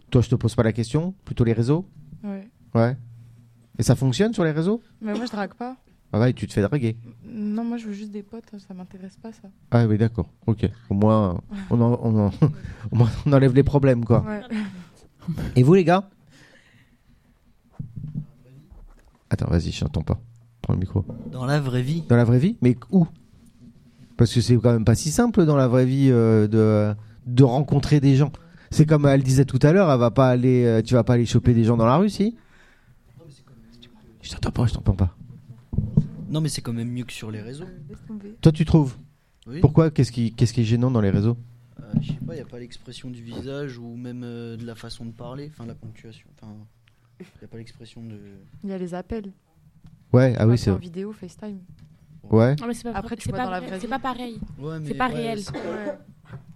Toi, je te pose pas la question, plutôt les réseaux
Ouais.
Ouais. Et ça fonctionne sur les réseaux
Mais moi, je drague pas.
Ah ouais, tu te fais draguer.
Non, moi, je veux juste des potes, hein, ça m'intéresse pas, ça.
Ah oui, d'accord. Ok. Au moins, euh, on, en- on, en- [LAUGHS] au moins, on enlève les problèmes, quoi.
Ouais.
Et vous, les gars Attends, vas-y, je t'entends pas. Prends le micro.
Dans la vraie vie.
Dans la vraie vie Mais où Parce que c'est quand même pas si simple dans la vraie vie euh, de, de rencontrer des gens. C'est comme elle disait tout à l'heure, elle va pas aller, euh, tu vas pas aller choper des gens dans la rue, si Je t'entends pas, je t'entends pas.
Non, mais c'est quand même mieux que sur les réseaux.
Laisse tomber.
Toi, tu trouves
Oui.
Pourquoi Qu'est-ce qui, qu'est-ce qui est gênant dans les réseaux
Euh, je sais pas, il n'y a pas l'expression du visage ou même euh, de la façon de parler, enfin la ponctuation. Enfin, il n'y a pas l'expression de.
Il y a les appels.
Ouais, ah
Pas
oui, c'est
En vidéo, FaceTime.
Ouais,
Ah, mais c'est pas,
Après, tu
c'est
vois
pas
dans la
vrai-
vraie
c'est
vie.
pas pareil.
Ouais,
C'est pas réel.
c'est-
Ouais.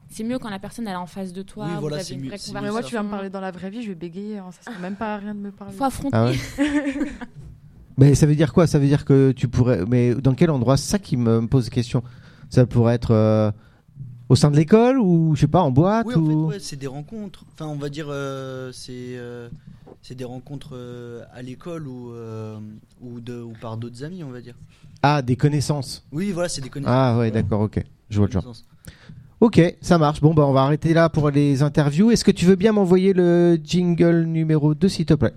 C'est mieux quand la personne elle est en face de toi.
Oui,
vous
voilà,
avez
c'est
une
mieux-
vraie
c'est mieux
Mais moi,
conversation.
ça.
tu vas me parler dans la vraie vie, je vais bégayer. hein, Ça sert même pas à rien de me parler.
Faut affronter.
Ah ouais. Mais ça veut dire quoi Ça veut dire que tu pourrais. Mais dans quel endroit C'est ça qui me me pose question. Ça pourrait être euh, au sein de l'école ou je sais pas en boîte
Oui, en
ou.
fait, ouais, c'est des rencontres. Enfin, on va dire, euh, c'est euh, c'est des rencontres euh, à l'école ou, euh, ou, de- ou par d'autres amis, on va dire.
Ah, des connaissances.
Oui, voilà, c'est des connaissances.
Ah ouais, d'accord, ok. Je vois le genre.
Connaissances.
Ok, ça marche. Bon, bah on va arrêter là pour les interviews. Est-ce que tu veux bien m'envoyer le jingle numéro 2, s'il te plaît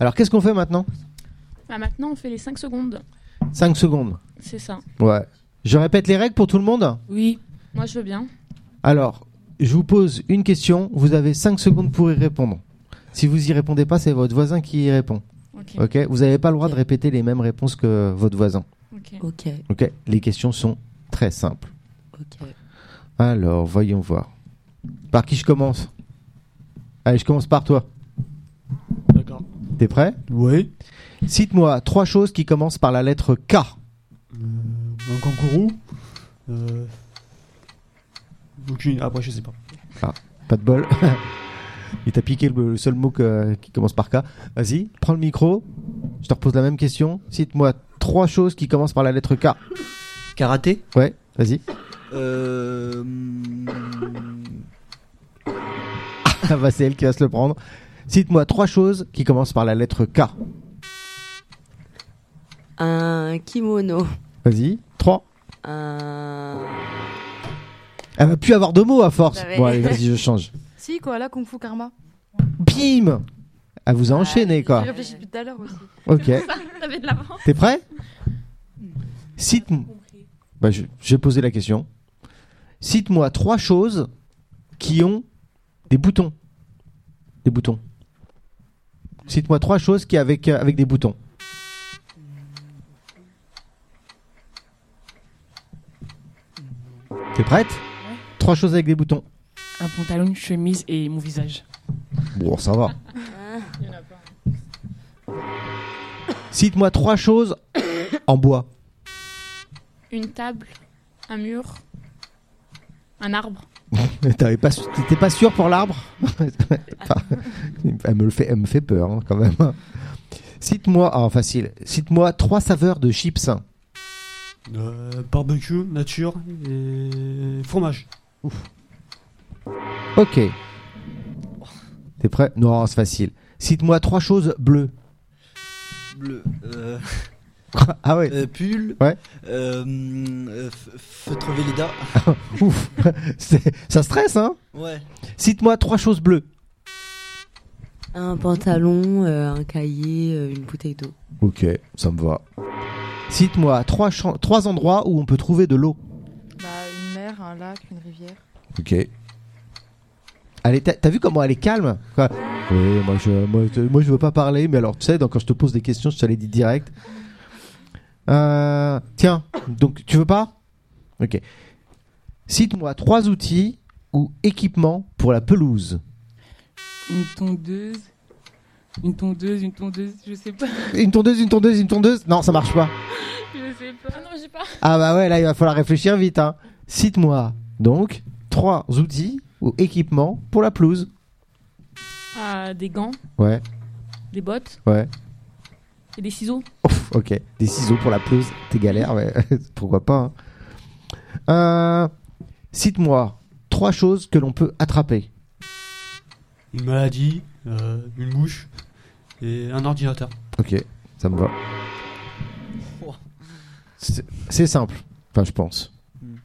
Alors, qu'est-ce qu'on fait maintenant
Ah, maintenant, on fait les 5 secondes.
5 secondes.
C'est ça.
Ouais. Je répète les règles pour tout le monde
Oui.
Moi, je veux bien.
Alors, je vous pose une question, vous avez 5 secondes pour y répondre. Si vous y répondez pas, c'est votre voisin qui y répond.
Ok.
OK Vous n'avez pas le droit de répéter les mêmes réponses que votre voisin.
ok.
Ok,
OK Les questions sont très simples.
ok.
Alors, voyons voir. Par qui je commence Allez, je commence par toi.
D'accord.
T'es prêt
Oui.
Cite-moi trois choses qui commencent par la lettre K.
un kangourou. Euh... Aucune. Après, je sais pas.
Pas de bol. [LAUGHS] Il t'a piqué le le seul mot que- qui commence par K. Vas-y, prends le micro. Je te repose la même question. Cite-moi trois choses qui commencent par la lettre K.
Karaté
Ouais, vas-y. [LAUGHS]
euh, hum,
Ah bah, c'est elle qui va se le prendre. Cite-moi trois choses qui commencent par la lettre K.
Un kimono.
Vas-y, trois.
Un.
Elle va plus avoir de mots à force.
Bah ouais.
Bon, allez, vas-y, je change.
Si, quoi, là, Kung Fu Karma.
Bim Elle vous a enchaîné, quoi.
J'ai réfléchi depuis tout à l'heure aussi.
Ok.
[LAUGHS] T'avais de l'avance.
T'es prêt Cite-moi. Bah, je- J'ai posé la question. Cite-moi trois choses qui ont des boutons. Des boutons. Cite-moi trois choses qui avec, euh, avec des boutons. T'es prête Trois choses avec des boutons.
Un pantalon, une chemise et mon visage.
Bon, ça va.
Ah,
Cite-moi trois choses en bois.
Une table, un mur, un arbre.
Mais T'avais pas, su- t'étais pas sûr pour l'arbre Enfin, Elle me le fait, elle me fait peur hein, quand même. Cite-moi, ah facile. Cite-moi trois saveurs de chips.
Euh, barbecue, nature et fromage.
Ok. T'es prêt Non, c'est facile. Cite-moi trois choses bleues. [LAUGHS]
Bleu. Euh,
Ah [LAUGHS] ouais.
euh, pull.
Ouais.
Euh, euh, f- feutre Véleda.
Ouf. [LAUGHS] C'est- Ça stresse, hein
Ouais.
Cite-moi trois choses bleues.
Un pantalon, euh, un cahier, euh, une bouteille d'eau.
Ok, ça me va. Cite-moi trois, champs- trois endroits où on peut trouver de l'eau.
Bah, une mer, un lac, une rivière.
Ok. Allez, t'as t'as vu comment elle est calme quoi Oui, moi je, moi, je- moi, je veux pas parler, mais alors tu sais, donc, quand je te pose des questions, je te les dis direct. Euh, tiens, donc tu veux pas Ok. Cite-moi trois outils ou équipements pour la pelouse.
Une tondeuse. Une tondeuse, une tondeuse, je sais pas.
Une tondeuse, une tondeuse, une tondeuse Non, ça marche pas.
Je sais
Ah
pas.
non, j'ai pas.
Ah bah ouais, là il va falloir réfléchir vite. Hein. Cite-moi donc trois outils ou équipements pour la pelouse.
Ah, des gants,
Ouais,
des bottes
ouais.
et des ciseaux.
Ouf, ok, des ciseaux pour la pelouse, t'es galère, mais [LAUGHS] pourquoi pas. hein. Euh, Cite-moi trois choses que l'on peut attraper.
Une maladie, euh, une mouche et un ordinateur.
Ok, ça me va. C'est c'est simple, enfin je pense.
Hmm.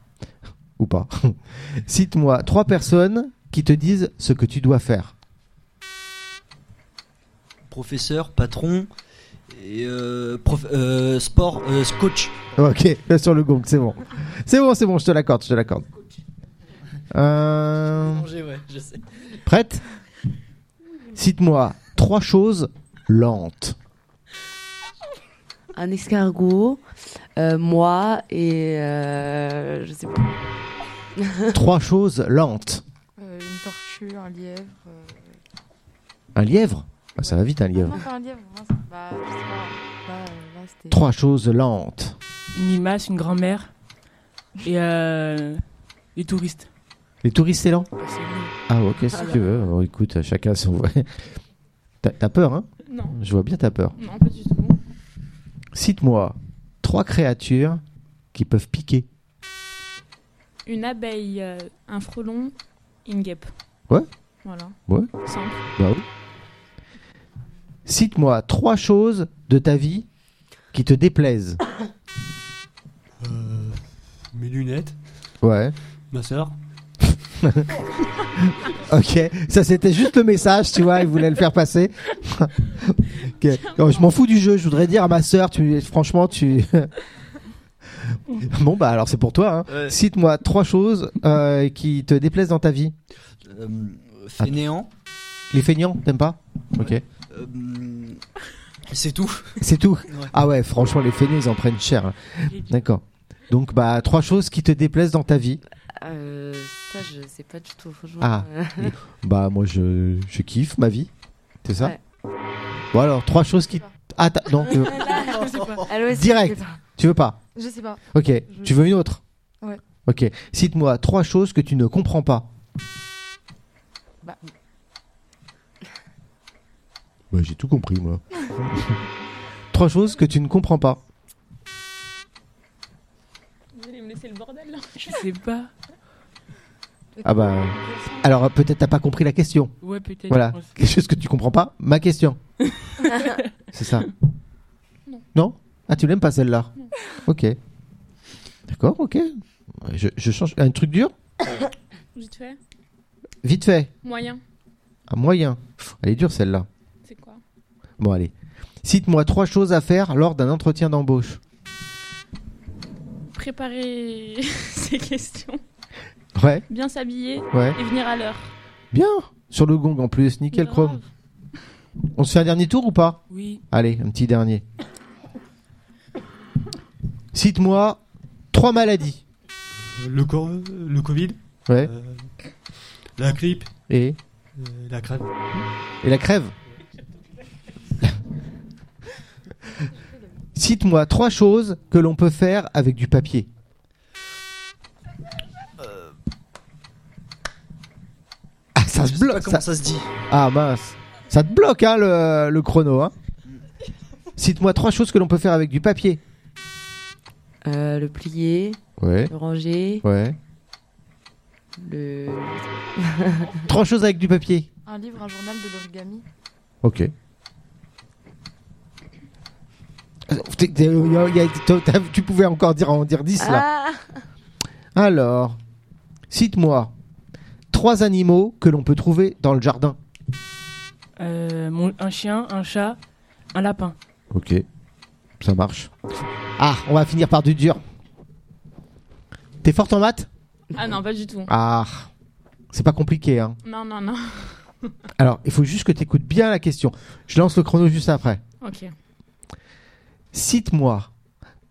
Ou pas. [LAUGHS] Cite-moi trois personnes qui te disent ce que tu dois faire.
Professeur, patron. Et euh, prof- euh, sport, euh, coach.
[LAUGHS] Ok, là sur le gong, c'est bon. C'est bon, c'est bon, je te l'accorde, je te l'accorde. Euh,
Manger, ouais, je sais.
Prête Cite-moi trois choses lentes.
Un escargot, euh, moi et euh, je sais pas.
trois choses lentes.
Euh, une tortue, un lièvre. euh,
Un lièvre Ah, Ça va vite un
Ah
lièvre.
non, pas un lièvre. mince. Bah, je sais pas. Là, euh, là, c'était-
Trois choses lentes.
Une limace, une grand-mère. Et euh, les touristes.
Les touristes c'est lent
Ah, c'est long.
Ah ok si tu veux. Bon, écoute, chacun son... T'as- T'as peur hein
Non,
Je vois bien ta peur.
non, pas du tout.
Cite-moi trois créatures qui peuvent piquer.
Une abeille, euh, un frelon et une guêpe.
Ouais.
Voilà.
Ouais.
Simple.
Bah oui. Cite-moi trois choses de ta vie qui te déplaisent.
Euh, mes lunettes,
Ouais.
ma soeur.
Ok, ça c'était juste le message, tu vois, il voulait le faire passer. [LAUGHS] Ok. Non, je m'en fous du jeu, je voudrais dire à ma sœur, tu, franchement, tu. [LAUGHS] bon, bah alors c'est pour toi. hein.
Ouais.
Cite-moi trois choses euh, qui te déplaisent dans ta vie.
Euh, fainéant.
Les feignants, t'aimes pas Ok.
Euh, c'est tout.
C'est tout
Ouais.
Ah ouais, franchement, les feignants, ils en prennent cher. hein.
J'ai dit-
D'accord. Donc, bah, trois choses qui te déplaisent dans ta vie.
Euh, ça, je sais pas du tout, franchement.
Ah.
Euh,
Bah, moi, je, je kiffe ma vie. C'est ça
Ouais.
Bon, alors, trois choses qui. Ah, t'as- non, tu veux,
Je sais pas.
allô, est-ce que
Direct.
je sais pas
tu veux pas
Je sais pas.
Ok, tu veux une autre
Ouais.
Ok, cite-moi trois choses que tu ne comprends pas.
Bah,
Bah,
Ouais, j'ai tout compris, moi.
Trois choses que tu ne comprends pas.
Vous allez me laisser le bordel là.
Je sais pas.
Ah bah. Alors peut-être t'as pas compris la question.
Ouais, peut-être.
Voilà,
je pense.
quelque chose que tu comprends pas. Ma
[LAUGHS]
question. C'est ça.
Non.
Ah, tu l'aimes pas celle-là. Ok. D'accord, ok. Je, je change. Un truc dur,
Vite fait.
vite fait,
Moyen.
à moyen. Pff, Elle est dure celle-là.
C'est quoi
Bon allez. Cite-moi trois choses à faire lors d'un entretien d'embauche.
Préparer [LAUGHS] ces questions.
Ouais,
Bien s'habiller
ouais.
et venir à l'heure.
Bien. Sur le gong en plus, nickel
Grave.
chrome. On se fait un dernier tour ou pas
Oui.
Allez, un petit dernier. Cite-moi trois maladies.
Euh, Le, cor- le Covid,
Ouais.
euh, la grippe,
Et,
euh, la crève.
et la crève. Cite-moi trois choses que l'on peut faire avec du papier. Ah, ça se
Je sais pas
bloque.
comment
Ça...
ça se dit.
Ah mince. Ça te bloque, hein, le, le chrono. Hein Cite-moi trois choses que l'on peut faire avec du papier.
Euh, le plier,
Ouais,
le ranger,
ouais.
le.
Trois choses avec du papier.
Un livre, un journal, de l'origami.
Ok. Euh, Tu pouvais encore dire en dire 10 là.
Ah
Alors, cite-moi trois animaux que l'on peut trouver dans le jardin.
Euh, mon- un chien, un chat, un lapin.
Ok, ça marche. Ah, on va finir par du dur. T'es forte en maths
Ah non, pas du tout.
Ah, c'est pas compliqué. Hein.
Non, non, non.
Alors, il faut juste que t'écoutes bien la question. Je lance le chrono juste après.
Ok.
Cite-moi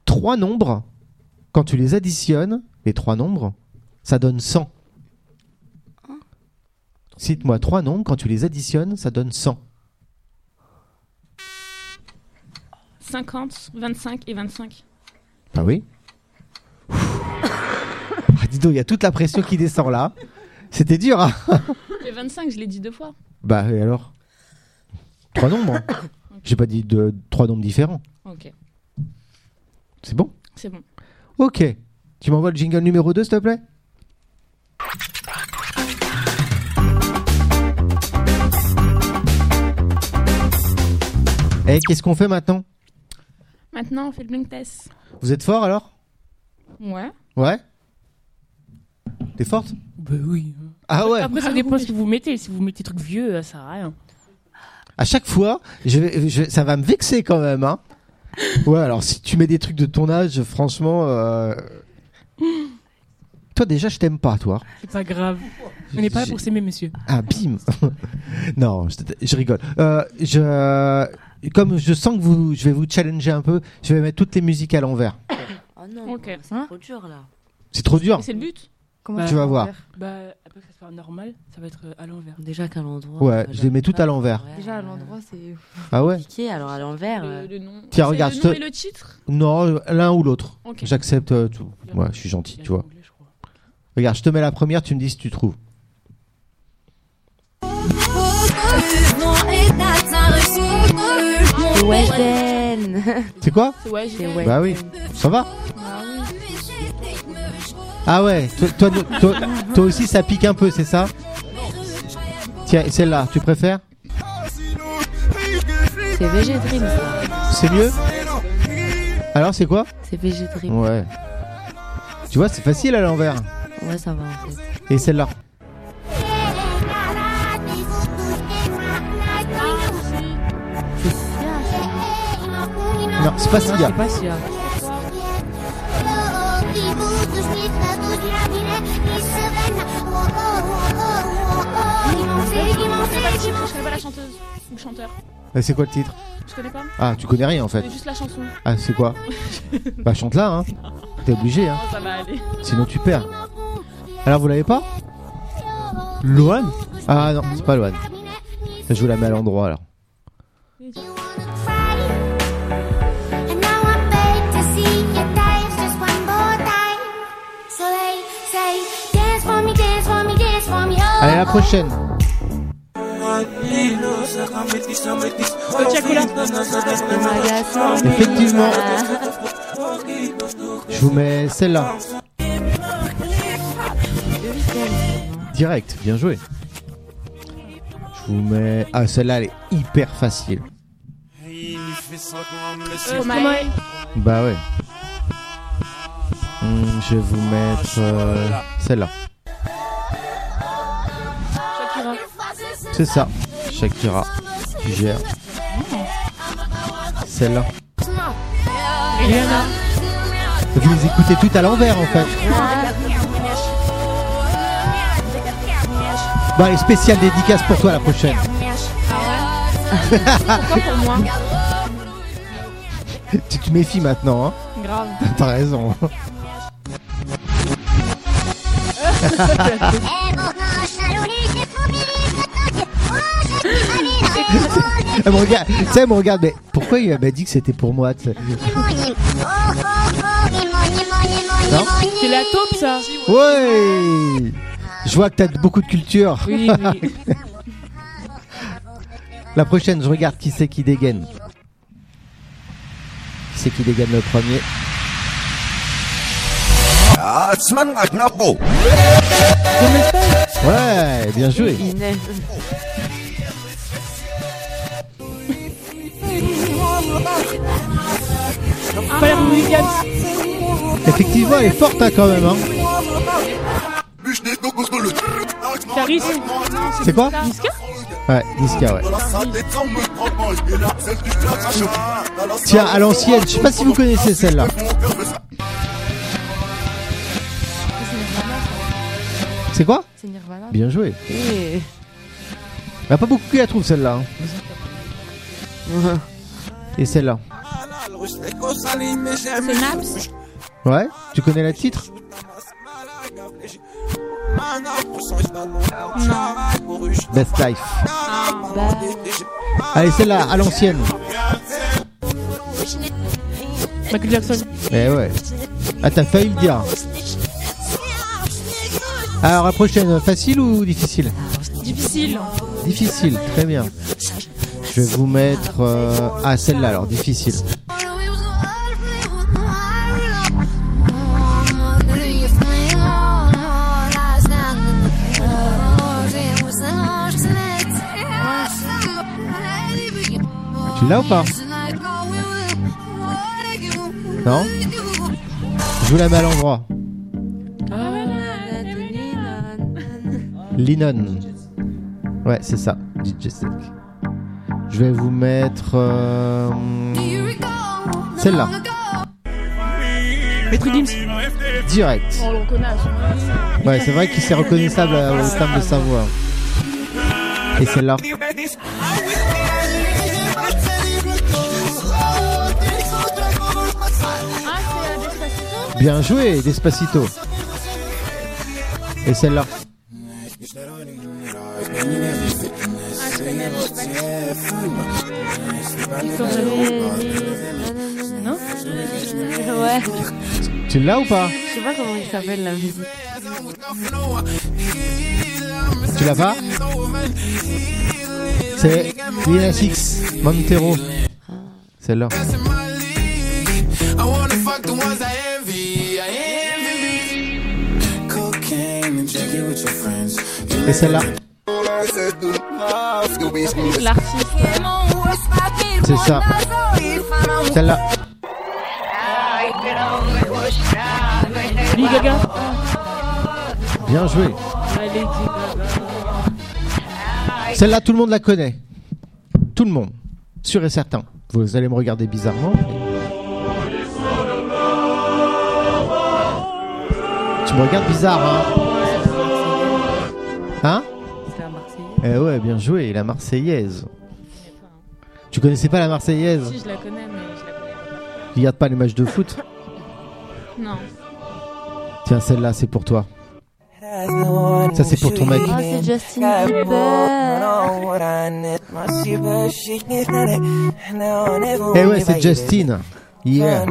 trois nombres. Quand tu les additionnes, les trois nombres, ça donne 100. Cite-moi trois nombres. Quand tu les additionnes, ça donne 100.
50, 25 et 25.
Bah oui. Ouh. [LAUGHS] ah, dis donc, il y a toute la pression qui descend là. C'était dur, hein
Et 25, je l'ai dit deux fois.
Bah et alors Trois nombres. hein. J'ai pas dit de, trois nombres différents.
Ok,
C'est bon
c'est bon.
Ok. Tu m'envoies le jingle numéro 2, s'il te plaît Eh, qu'est-ce qu'on fait maintenant
Maintenant, on fait le blink test.
Vous êtes fort alors
Ouais.
Ouais T'es forte
Bah oui.
Ah ouais
Après, ça dépend ce que vous mettez. Si vous mettez des trucs vieux, euh, ça sert à rien.
À chaque fois, je, vais- je- ça va me vexer quand même. Hein. Ouais, alors si tu mets des trucs de ton âge, franchement. euh, Toi, déjà, je t'aime pas, toi.
C'est pas grave. On n'est pas là pour s'aimer, monsieur.
Ah, bim [LAUGHS] Non, je, je rigole. Euh, je, comme je sens que vous, je vais vous challenger un peu, je vais mettre toutes les musiques à l'envers.
Oh non,
Ok.
c'est
Hein
trop dur là.
C'est trop dur.
Et c'est le but
Comment
Bah,
Tu vas
on va
voir.
faire
Bah, après que ça soit normal, ça va être euh, à l'envers.
Déjà qu'à l'endroit.
Ouais,
moi,
je les mets
j'arrive
toutes
pas.
à l'envers.
Ouais,
Déjà à
euh,
l'endroit, c'est.
Ah ouais
Compliqué, alors à l'envers. euh,
le, le nom.
Tiens,
C'est
regarde,
Le
je
nom
te-
et le titre
Non, l'un ou l'autre.
Ok.
J'accepte euh, tout. Ouais, je suis
Il y
gentil,
a
tu vois.
l'anglais, je crois.
Regarde, je te mets la première, tu me dis si tu trouves.
C'est Weshden
C'est quoi
C'est ouais, j'ai
C'est
ouais.
Weshden.
Bah oui, ça va Ah ouais, toi, toi, toi- toi aussi ça pique un peu, c'est ça Tiens, celle-là, tu préfères
C'est VG Dream ça.
C'est mieux Alors c'est quoi
C'est VG Dream.
Ouais. Tu vois, c'est facile à l'envers.
Ouais, ça va en fait.
Et celle-là Non, c'est pas
Non,
Sia.
c'est pas si. hein.
Je connais pas la chanteuse ou le chanteur.
Mais C'est quoi le titre
Je connais pas.
Ah, tu connais rien en
Je
fait.
connais juste la chanson.
Ah, c'est quoi Bah chante là, hein. T'es obligé, hein.
Oh, ça va aller.
Sinon tu perds. Alors vous l'avez pas
Loan
Ah non, c'est pas Loane. Je vous la mets à l'endroit alors. Allez, la prochaine.
Agaçant.
Effectivement.
Ah,
Je vous mets celle-là. Direct, bien joué. Je vous mets. Ah, celle-là, elle est hyper facile.
Euh, Stromae.
Bah ouais. Hmm, je vais vous mettre euh, celle-là.
Shakira.
C'est ça. Shakira. Tu gères. Celle-là.
Rihanna.
Vous les écoutez toutes à l'envers en fait. Bon, allez, spéciale dédicace pour toi la prochaine. [LAUGHS]
Pourquoi pour moi
tu te méfies maintenant, hein
Grave.
T'as raison. Elle me regarde, tu sais, elle me regarde, mais pourquoi il m'a dit que c'était pour moi tu sais Non
C'est la taupe, ça
Ouais Je vois que t'as beaucoup de culture.
Oui, oui.
La prochaine, je regarde qui c'est qui dégaine. Qui c'est qui dégaine le premier Ouais, bien joué.
Inès.
Père Williams.
Effectivement, elle est forte hein, quand même. Hein.
Caris.
C'est quoi Ouais, Niska, ouais. Tiens, à l'ancienne, je sais pas si vous connaissez celle-là.
C'est Nirvana.
C'est quoi
C'est Nirvana.
Bien joué.
Eh.
Il y a Bah, pas beaucoup qui la trouvent celle-là. hein. Et celle-là.
C'est Naps
Ouais Tu connais la titre Best Life.
Ah,
Allez, celle-là, à l'ancienne.
Michael Jackson.
Eh ouais. Ah, t'as failli le dire. Alors, la prochaine, facile ou difficile
Difficile.
Difficile, très bien. Je vais vous mettre. euh, Ah, celle-là alors, difficile. Tu l'as ou pas Non Je vous la mets à l'endroit. Linon. Ouais, c'est ça, DJ Snake. Je vais vous mettre. euh, Celle-là,
Maître Gims.
direct.
On le connaît.
Ouais, c'est vrai qu'il c'est reconnaissable euh, au terme de sa voix. Et celle-là. Bien joué, Despacito. Et celle-là.
Non Ouais.
Tu l'as ou pas
Je sais pas comment il s'appelle la musique.
Tu l'as pas C'est Lina Six, Montero. Celle-là. Et celle-là,
L'artiste.
c'est ça. Celle-là,
Lady Gaga.
bien joué.
Ah, Lady Gaga.
Celle-là, tout le monde la connaît. Tout le monde. Sûr et certain. Vous allez me regarder bizarrement. mais- Tu me regardes bizarre, hein Hein
C'était un Marseillais.
Eh ouais, bien joué, la Marseillaise. Tu connaissais pas la Marseillaise
Si, je la connais, mais je la connais pas.
Tu Regarde pas les matchs de foot.
Non.
Tiens, celle-là, c'est pour toi. Ça, c'est pour ton mec.
Oh, c'est Justin Bieber.
Eh ouais, c'est Justine. Yeah.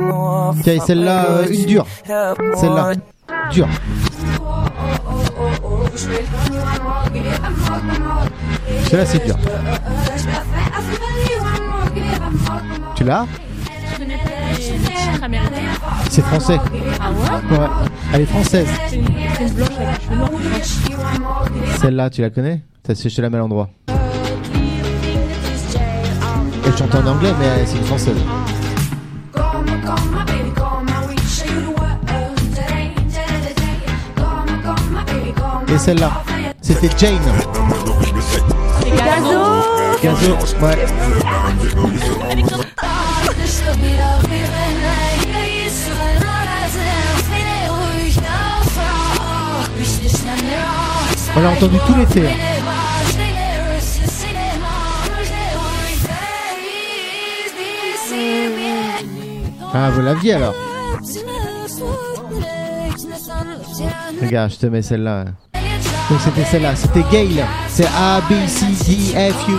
Tiens, et celle-là, euh, une dure. Celle-là. Dure. Celle-là, c'est dur. Tu l'as
Je connais
Ah,
pas les titres américains.
C'est français. Ouais. Elle est française.
C'est une, c'est une blanche avec les cheveux noirs.
Celle-là, tu la connais Ça, C'est chez la mal endroit. Elle chante en anglais, mais euh, c'est une française. Et celle-là, c'était Jane.
C'est Gazo.
Gazo. Ouais. On l'a entendu tout l'été. hein. Ah, vous l'aviez alors Regarde, je te mets celle-là. Donc c'était celle-là, c'était Gail. C'est A, B, C, D, F, U.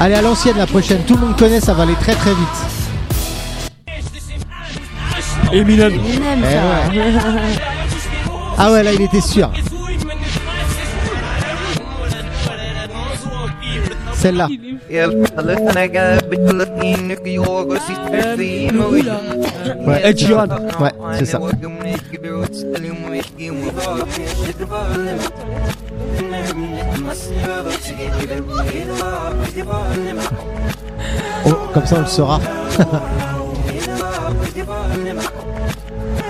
Allez, à l'ancienne la prochaine. Tout le monde connaît, ça va aller très très vite.
Eminem.
Eh
Eminem, ça.
Ah ouais, là il était sûr. Celle-là. Ouais.
Ed Sheeran.
Ouais, c'est ça. Oh, comme ça on le saura.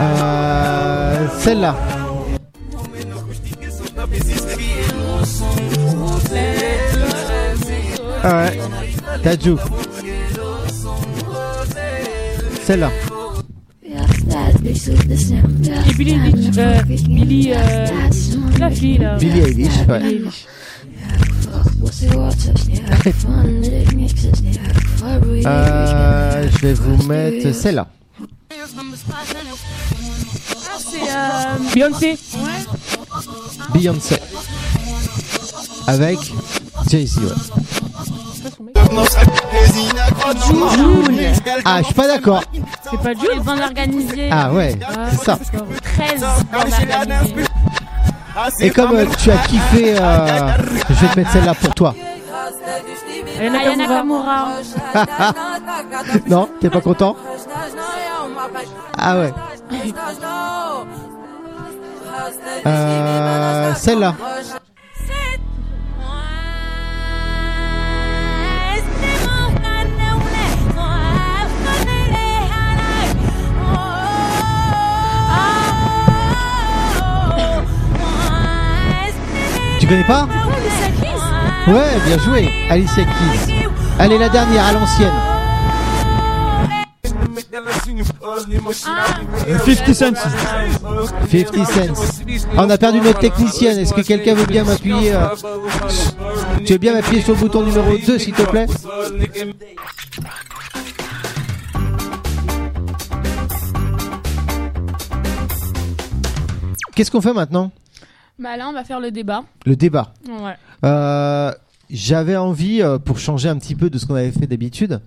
Euh, Celle-là. Ah ouais. Tadjou. Celle-là.
Et Billy Eilish, euh, Billy, euh, la fille là.
Billie Eilish. Ouais.
Billie Eilish.
Euh, je vais vous mettre celle-là.
Beyoncé.
Beyoncé. Avec Jay-Z, ouais. Ah, je suis pas d'accord.
C'est pas Jules.
Les bandes organisées.
Ah ouais, c'est ça.
13 bandes organisées.
Et comme euh, tu as kiffé, euh, je vais te mettre celle-là pour toi.
Ayana
Ayana
Kamura.
Kamura.
Non, t'es pas content Ah ouais. Euh, celle-là. Tu connais pas Ouais, bien joué. Alicia Keys. Allez, la dernière à l'ancienne.
50 Cent.
50 cents. Ah, On a perdu notre technicienne. Est-ce que quelqu'un veut bien m'appuyer euh, Tu veux bien m'appuyer sur le bouton numéro 2, s'il te plaît Qu'est-ce qu'on fait maintenant
Bah là, on va faire le débat.
Le débat.
Ouais.
Euh, J'avais envie, euh, pour changer un petit peu de ce qu'on avait fait d'habitude,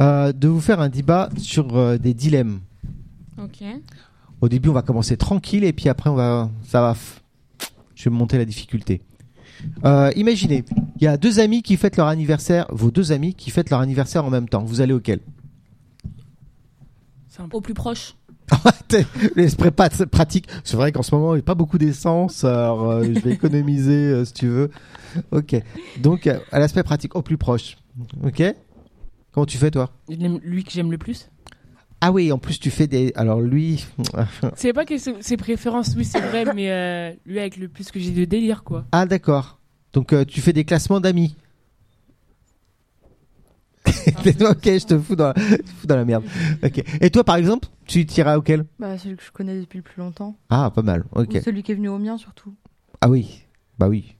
euh, de vous faire un débat sur euh, des dilemmes.
Ok.
Au début, on va commencer tranquille et puis après, on va, ça va. f- Je vais monter la difficulté. Euh, imaginez, il y a deux amis qui fêtent leur anniversaire, vos deux amis qui fêtent leur anniversaire en même temps. Vous allez auquel
Au plus proche.
T'es- L'esprit pas c'est pratique. C'est vrai qu'en ce moment, il n'y a pas beaucoup d'essence. Alors, euh, je vais économiser euh, si tu veux. Ok. Donc, euh, à l'aspect pratique, au plus proche. Ok Comment tu fais, toi
Je l'aime- Lui que j'aime le plus.
Ah oui, en plus, tu fais des. Alors, lui. euh,
C'est pas que ses ses préférences, oui, c'est vrai, mais euh, lui avec le plus que j'ai de délire, quoi.
Ah, d'accord. Donc, euh, tu fais des classements d'amis. [LAUGHS] ok, je te fous dans la, je te fous dans la merde. Ok. Et toi, par exemple, tu tireras auquel
Bah, celui que je connais depuis le plus longtemps.
Ah, pas mal. Ok.
Ou celui qui est venu au mien, surtout.
Ah oui. Bah oui.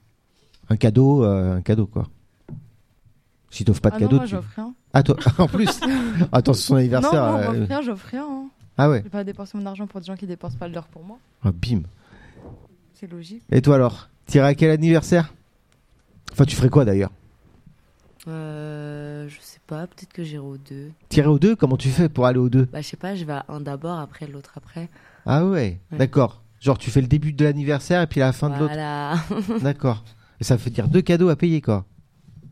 Un cadeau, euh, un cadeau, quoi. Si t'offres pas de
ah
cadeau,
non, moi,
tu.
j'offre rien.
Ah, toi, [LAUGHS] en plus. Attends, c'est son
Non,
anniversaire.
non,
euh,
j'offre rien, j'offre rien. hein.
Ah ouais.
Je vais pas dépenser mon argent pour des gens qui dépensent pas le leur pour moi.
Ah, bim.
C'est logique.
Et toi alors T'iras à quel anniversaire Enfin, tu ferais quoi d'ailleurs
Euh, je sais pas, peut-être que j'irai aux deux.
Tirer aux deux Comment tu fais pour aller aux deux
Bah, je sais pas, je vais à un d'abord, après l'autre après.
Ah ouais,
Ouais.
d'accord. Genre, tu fais le début de l'anniversaire et puis la fin de
voilà, [LAUGHS]
l'autre. D'accord. Et ça veut dire deux cadeaux à payer quoi.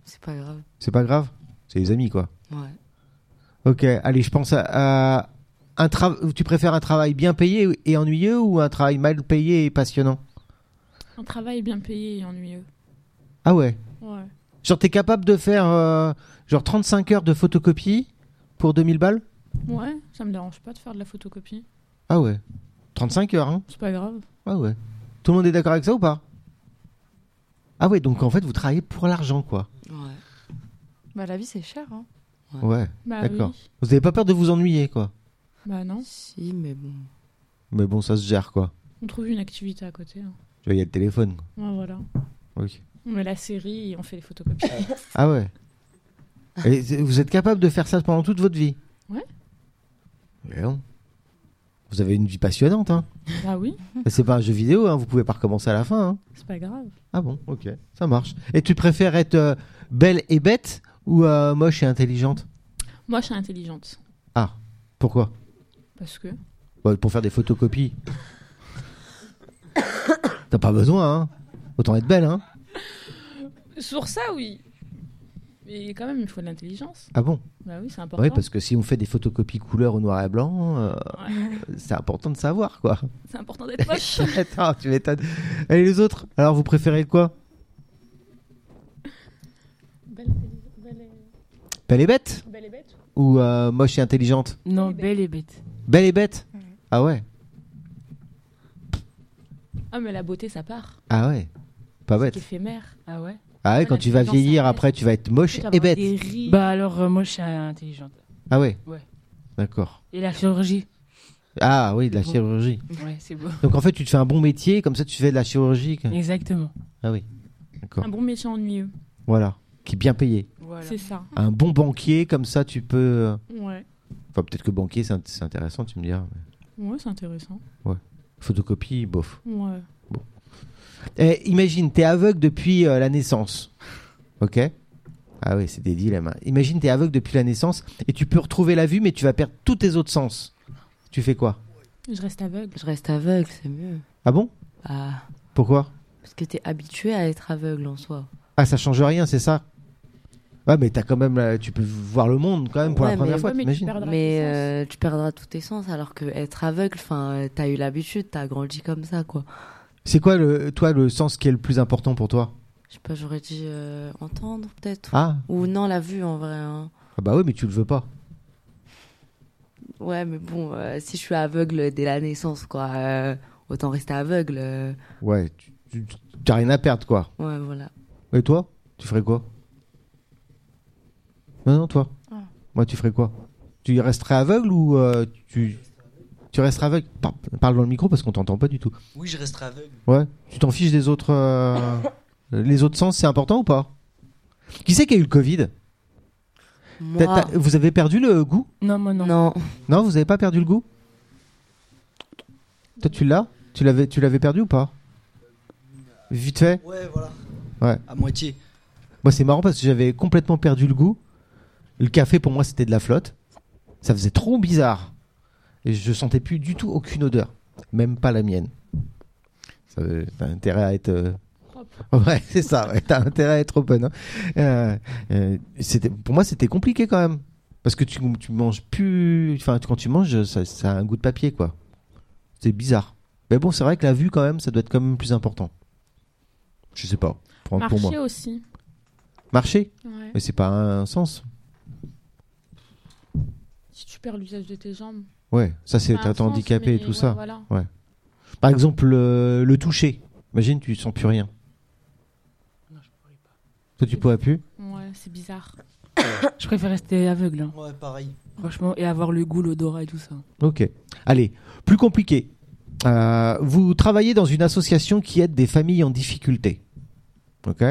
c'est pas grave.
C'est pas grave. C'est les amis quoi.
Ouais.
Ok, allez, je pense à. à un tra- tu préfères un travail bien payé et ennuyeux ou un travail mal payé et passionnant
Un travail bien payé et ennuyeux.
Ah ouais.
Ouais.
Genre, t'es capable de faire euh, genre 35 heures de photocopie pour 2000 balles
Ouais, ça me dérange pas de faire de la photocopie.
Ah ouais. 35 heures, hein
C'est pas grave.
Ah ouais. Tout le monde est d'accord avec ça ou pas Ah ouais, donc en fait, vous travaillez pour l'argent, quoi.
Ouais.
Bah, la vie, c'est cher. Hein.
Ouais.
Ouais.
Bah
D'accord.
oui.
Vous n'avez pas peur de vous ennuyer, quoi.
Bah non.
Si, mais bon.
Mais bon, ça se gère, quoi.
On trouve une activité à côté. hein.
Tu vois, il y a le téléphone.
Ouais, voilà.
quoi.
On met la série et on fait les [LAUGHS] photocopies.
Ah ouais. Et c'est- vous êtes capable de faire ça pendant toute votre vie
Ouais.
Mais non. Vous avez une vie passionnante, hein.
bah oui,
C'est pas un jeu vidéo, hein. Vous pouvez pas recommencer à la fin, hein.
c'est pas grave.
Ah bon, ok, ça marche. Et tu préfères être euh, belle et bête ou euh, moche et intelligente
Moi, je suis intelligente.
Pourquoi
Parce que.
Bah, Pour faire des photocopies. [COUGHS] T'as pas besoin, hein Autant être belle, hein
Sur ça, oui. Mais quand même, il faut de l'intelligence.
Ah bon
Bah oui, c'est important.
Oui, parce que si on fait des photocopies couleur au noir et blanc, euh, c'est important de savoir, quoi.
C'est important d'être
[LAUGHS]
moche.
Attends, tu m'étonnes. Allez, les autres, alors vous préférez quoi
belle, belle,
Belle et bête
belle et bête
ou euh, moche et intelligente
Non, belle et bête.
Belle et bête Ah ouais
Ah, mais la beauté, ça part.
Ah ouais Pas
C'est
bête.
éphémère.
Ah ouais
Ah ouais, quand
Voilà,
tu vas
l'intelligence, ça
vieillir,
reste.
après, tu vas être moche
Tu vas
et
avoir
bête.
Des rides.
Bah alors, euh, moi, je suis intelligente.
Ah ouais
Ouais.
D'accord.
Et la chirurgie
Ah oui, de la
Bon.
chirurgie.
Ouais, c'est beau.
Donc en fait, tu te fais un bon métier, comme ça, tu fais de la chirurgie. quoi.
Exactement.
Ah oui. D'accord.
Un bon métier ennuyeux.
Voilà. Qui est bien payé.
Voilà.
C'est ça.
Un bon banquier, comme ça, tu peux. euh,
Ouais.
Enfin, peut-être que banquier, c'est int- c'est intéressant, tu me diras. mais
Ouais, c'est intéressant.
Photocopie, bof.
Ouais.
Eh, imagine, t'es aveugle depuis euh, la naissance. Ok Ah oui, c'est des dilemmes. hein. Imagine, t'es aveugle depuis la naissance et tu peux retrouver la vue, mais tu vas perdre tous tes autres sens. Tu fais quoi
Je reste aveugle.
Je reste aveugle, c'est mieux.
Ah bon
Ah,
Pourquoi
parce que t'es habitué à être aveugle en soi.
Ah, ça change rien, c'est ça Ouais, mais t'as quand même, la- tu peux voir le monde quand même pour la
Ouais,
première
mais-
fois,
Ouais, mais tu
t'imagines
perdras tes
Mais
sens.
euh, tu perdras tous tes sens alors que être aveugle, enfin, euh, t'as eu l'habitude, t'as grandi comme ça, quoi.
C'est quoi, le, toi, le sens qui est le plus important pour toi
Je sais pas, j'aurais dit euh, entendre peut-être.
ah,
Ou non, la vue en vrai. hein.
ah bah oui, mais tu le veux pas.
Ouais, mais bon, euh, si je suis aveugle dès la naissance, quoi, euh, autant rester aveugle. euh,
Ouais, tu, tu- t'as rien à perdre, quoi.
ouais, voilà.
Et toi Tu ferais quoi Non, non, toi.
Ah.
Moi, tu ferais quoi Tu resterais aveugle ou euh, tu... Tu resterais aveugle Par- Parle dans le micro parce qu'on t'entend pas du tout.
Oui, je resterai aveugle.
Ouais, tu t'en fiches des autres... euh, les autres sens, c'est important ou pas Qui c'est qui a eu le Covid T'as-
Moi,
t'as- Vous avez perdu le goût
Non, moi, euh, non.
non.
Non, vous avez pas perdu le goût Toi, tu l'as Tu l'avais tu l'avais perdu ou pas Vite fait
Ouais, voilà.
Ouais.
À moitié.
Moi, c'est marrant parce que j'avais complètement perdu le goût. Le café, pour moi, c'était de la flotte. Ça faisait trop bizarre. Et je sentais plus du tout aucune odeur. Même pas la mienne. Ça, euh, T'as intérêt à être. euh, Ouais, c'est ça. ouais, T'as intérêt à être open. hein. Euh, euh, c'était- pour moi, c'était compliqué quand même. Parce que tu, tu manges plus. Enfin, quand tu manges, ça, ça a un goût de papier, quoi. C'est bizarre. Mais bon, c'est vrai que la vue, quand même, ça doit être quand même plus important. Je sais pas. Pour, pour moi.
Marcher aussi.
Marcher
Ouais.
mais c'est pas un sens.
Si tu perds l'usage de tes jambes.
Ouais, ça c'est
Enfin, un
t'es
sens,
handicapé et
mais
tout
ouais,
ça.
Voilà.
Par exemple, le, le toucher. Imagine, tu sens plus rien.
Non, je pourrais pas.
Toi, tu pourrais plus.
Ouais, c'est bizarre.
Je préfère rester aveugle, hein.
Ouais, pareil.
franchement, et avoir le goût, l'odorat et tout ça.
Ok. Allez, plus compliqué. Euh, vous travaillez dans une association qui aide des familles en difficulté. Ok.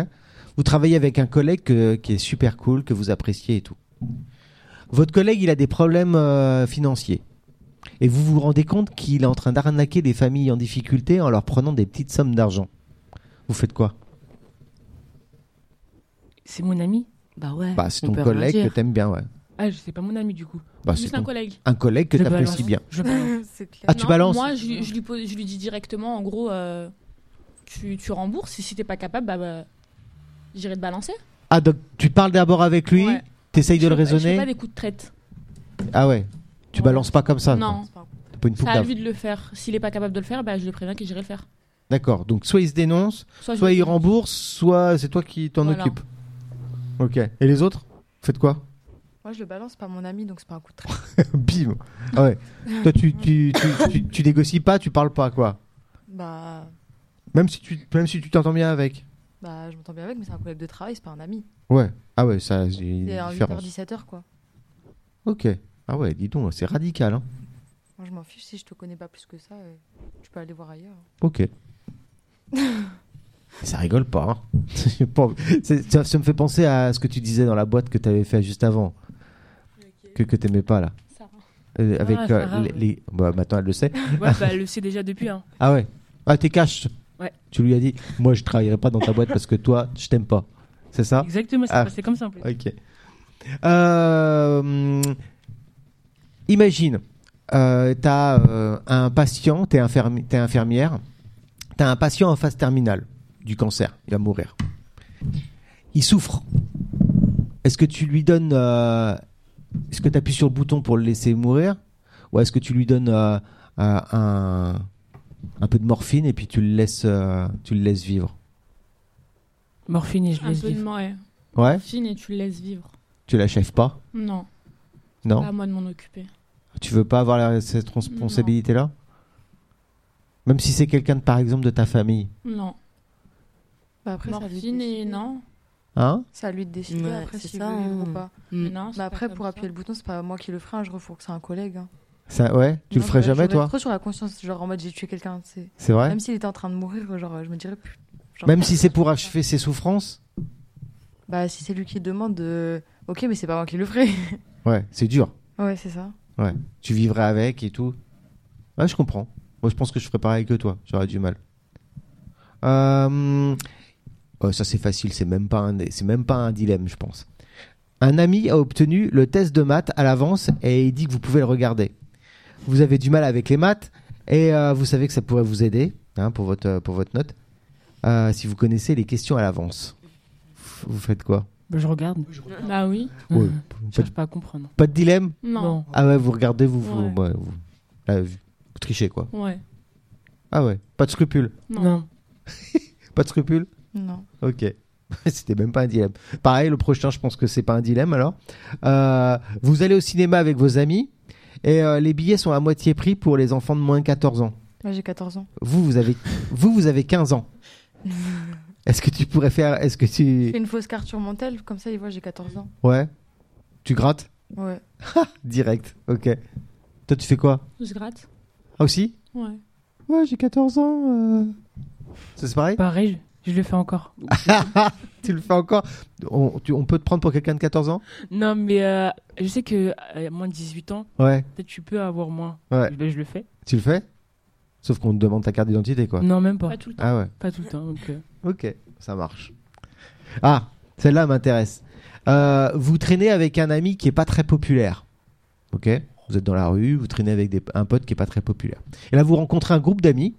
Vous travaillez avec un collègue que- qui est super cool, que vous appréciez et tout. Votre collègue, il a des problèmes euh, financiers. Et vous vous rendez compte qu'il est en train d'arnaquer des familles en difficulté en leur prenant des petites sommes d'argent. Vous faites quoi
C'est mon ami
Bah ouais.
Bah, c'est
on
ton
peut rien
collègue que
dire.
t'aimes bien, ouais.
Ah, je- c'est pas mon ami du coup.
Bah, c'est
Juste un
ton-
collègue.
un collègue que
Je
t'apprécies
balance.
bien.
Je balance.
[LAUGHS]
[LAUGHS]
c'est clair.
Ah, tu
Non,
balances
Moi, je, lui- je lui pose, je lui dis directement, en gros, euh, tu, tu rembourses. Et si t'es pas capable, bah, bah, j'irai te balancer.
Ah, donc tu parles d'abord avec lui,
Ouais.
t'essayes de
Je
le
fais pas- Je fais
raisonner.
pas des coups de traite.
Ah ouais, tu
Ouais.
balances pas comme ça. quoi.
non,
T'es pas une
c'est à
poucave.
lui de le faire. S'il est pas capable de le faire, bah, je le préviens que j'irai le faire.
D'accord, donc soit il se dénonce,
je
soit
le-
il rembourse, soit c'est toi qui t'en
Voilà.
occupe. Ok, et les autres Faites quoi [LAUGHS]
Moi, je le balance c'est pas mon ami, donc c'est pas un coup de traite.
Bim Ah ouais, toi tu, tu, tu, tu- tu négocies pas, tu parles pas quoi.
Bah,
Même si tu même si tu t'entends bien avec.
bah, je m'entends bien avec, mais c'est un collègue de travail, c'est pas un ami.
Ouais, ah ouais, ça c'est une
C'est un
différence.
8h-17h, quoi.
Ok, ah ouais, dis donc, c'est radical. Hein.
Moi, je m'en fiche si je te connais pas plus que ça. euh, Tu peux aller voir ailleurs.
Ok. [LAUGHS] ça rigole pas. hein. J'ai pas envie- C'est- ça, ça me fait penser à ce que tu disais dans la boîte que tu avais fait juste avant. Que, que t'aimais pas là.
Sarah.
Euh, avec
Ah,
euh,
Sarah,
les,
ouais.
les- bah, maintenant elle le sait.
Ouais, bah, elle le sait déjà depuis. Hein.
Ah ouais. Ah t'es cash.
Ouais.
Tu lui as dit moi je travaillerai pas dans ta boîte parce que toi je t'aime pas. C'est ça
Exactement, c'est
Ah.
passé comme ça en plus.
Ok. Euh, hum, imagine, euh, t'as euh, un patient, t'es infirmi- t'es infirmière, t'as un patient en phase terminale du cancer, il va mourir. Il souffre. Est-ce que tu lui donnes, euh, est-ce que t'appuies sur le bouton pour le laisser mourir, ou est-ce que tu lui donnes euh, euh, un un peu de morphine et puis tu le laisses, euh, tu le laisses vivre.
Morphine et je
Un
laisse
peu de
vivre.
morphine
Ouais.
et tu le laisses vivre.
Tu l'achèves pas,
Non,
non
pas à moi de m'en occuper.
Tu veux pas avoir la- cette responsabilité-là Même si c'est quelqu'un, de, par exemple, de ta famille.
Non.
Bah, après, ça lui de
Morphine et
décider.
non.
Hein
C'est à lui de décider
Ouais,
après
c'est
s'il
ça,
veut vivre
hein.
ou pas.
Mm.
Mais non c'est
Bah,
pas
après,
comme
pour
ça.
appuyer le bouton, c'est pas moi qui le ferai, hein, je refourque, c'est un collègue. hein.
ça, Ouais Tu
Non,
le ferais
je- je
jamais,
reviens
toi
trop sur la conscience, genre en mode j'ai tué quelqu'un, tu sais.
C'est vrai
Même s'il était en train de mourir, genre je me dirais plus. genre-
Même si c'est pour achever ses souffrances
Bah, si c'est lui qui demande, euh, ok, mais c'est pas moi qui le ferai. [LAUGHS]
Ouais, c'est dur.
ouais, c'est ça.
Tu vivrais avec et tout. Ouais, je comprends. Moi, je pense que je ferais pareil que toi. J'aurais du mal. Euh, oh, ça, c'est facile. C'est même pas un, c'est même pas un dilemme, je pense. Un ami a obtenu le test de maths à l'avance et il dit que vous pouvez le regarder. Vous avez du mal avec les maths et euh, vous savez que ça pourrait vous aider hein, pour votre euh, pour votre note. Euh, si vous connaissez les questions à l'avance, vous faites quoi
Bah, je regarde.
Bah oui.
Ouais.
Mmh. Je
pas,
cherche pas à comprendre.
pas de dilemme
Non.
Ah ouais, vous regardez, vous, vous,
Ouais.
ouais, vous- là, vous trichez quoi.
Ouais.
Ah ouais, pas de scrupule.
Non.
Non.
Pas de scrupule
Non.
Ok. [LAUGHS] C'était même pas un dilemme. Pareil, le prochain, je pense que c'est pas un dilemme alors. Euh, vous allez au cinéma avec vos amis et euh, les billets sont à moitié prix pour les enfants de moins de 14 ans.
Moi j'ai 14 ans.
Vous, vous avez, [LAUGHS] vous, vous avez 15
[LAUGHS]
ans. Est-ce que tu pourrais faire. Est-ce que
Je fais
tu.
une fausse carte sur mon tel, comme ça il voit j'ai 14 ans.
Ouais. Tu grattes
Ouais.
Direct. Ok. Toi, tu fais quoi
Je gratte.
Ah aussi
Ouais.
Ouais, j'ai 14 ans. euh. Ça, c'est pareil
Pareil, je, je le fais [LAUGHS] encore.
Tu le fais encore on, tu- on peut te prendre pour quelqu'un de 14 ans
non, mais euh, je sais que euh, moins de 18 ans,
Ouais.
peut-être tu peux avoir moins.
Ouais.
Bah, je le fais.
Tu le fais Sauf qu'on te demande ta carte d'identité, quoi.
Non, même pas.
Pas tout le temps.
Ah ouais.
Pas tout le temps. Donc, euh,
Ok, ça marche. Ah, celle-là m'intéresse. Euh, vous traînez avec un ami qui est pas très populaire. Ok Vous êtes dans la rue, vous traînez avec des- un pote qui est pas très populaire. Et là, vous rencontrez un groupe d'amis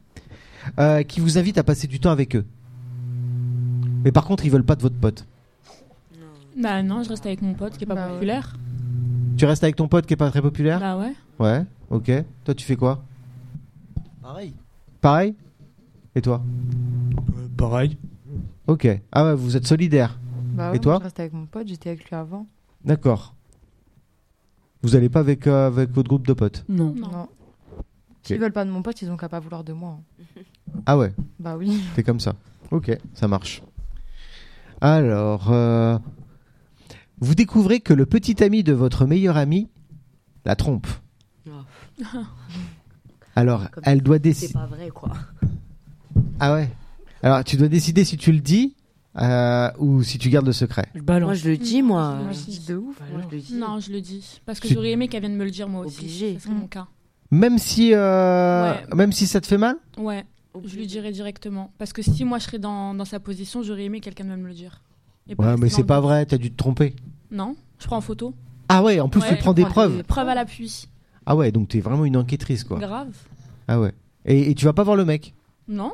euh, qui vous invite à passer du temps avec eux. Mais par contre, ils veulent pas de votre pote.
Bah non, je reste avec mon pote qui est pas
Bah ouais.
populaire.
Tu restes avec ton pote qui est pas très populaire
Bah ouais.
Ouais, ok. Toi, tu fais quoi
Pareil.
Pareil Et toi
Euh, pareil.
Ok. Ah ouais, vous êtes solidaire.
Bah
Et
ouais,
toi
moi, Je reste avec mon pote, j'étais avec lui avant.
D'accord. Vous allez pas avec, euh, avec votre groupe de potes
non.
Non.
S'ils veulent pas de mon pote, ils ont qu'à pas vouloir de moi. hein.
Ah ouais
Bah
[LAUGHS]
oui.
C'est comme ça. Ok, ça marche. Alors, euh, vous découvrez que le petit ami de votre meilleur ami la trompe.
Oh.
Alors,
Comme
elle doit
C'est
décider.
pas vrai, quoi.
Ah ouais. Alors, tu dois décider si tu le dis euh, ou si tu gardes le secret.
Je balance.
Moi, je le dis, moi.
Moi,
Moi,
je dis.
de ouf.
Bah
Moi,
non.
je le dis.
Non, je le dis. Parce que
Tu-
j'aurais aimé qu'elle vienne me le dire moi aussi.
Obligé.
Ça serait
Mm.
mon cas.
Même si, euh,
Ouais.
même si ça te fait mal.
Ouais, je lui dirais directement. Parce que si moi je serais dans, dans sa position, j'aurais aimé quelqu'un de me le dire. Et
Ouais,
rester
mais
dans
c'est
le
pas
doute.
vrai. T'as dû te tromper.
Non, je prends en photo.
Ah ouais. En plus,
Ouais,
tu prends des
prends des-
preuves.
Preuve à l'appui.
Ah ouais. Donc t'es vraiment une enquêtrice, quoi.
Grave.
Ah ouais. Et, et tu vas pas voir le mec.
Non,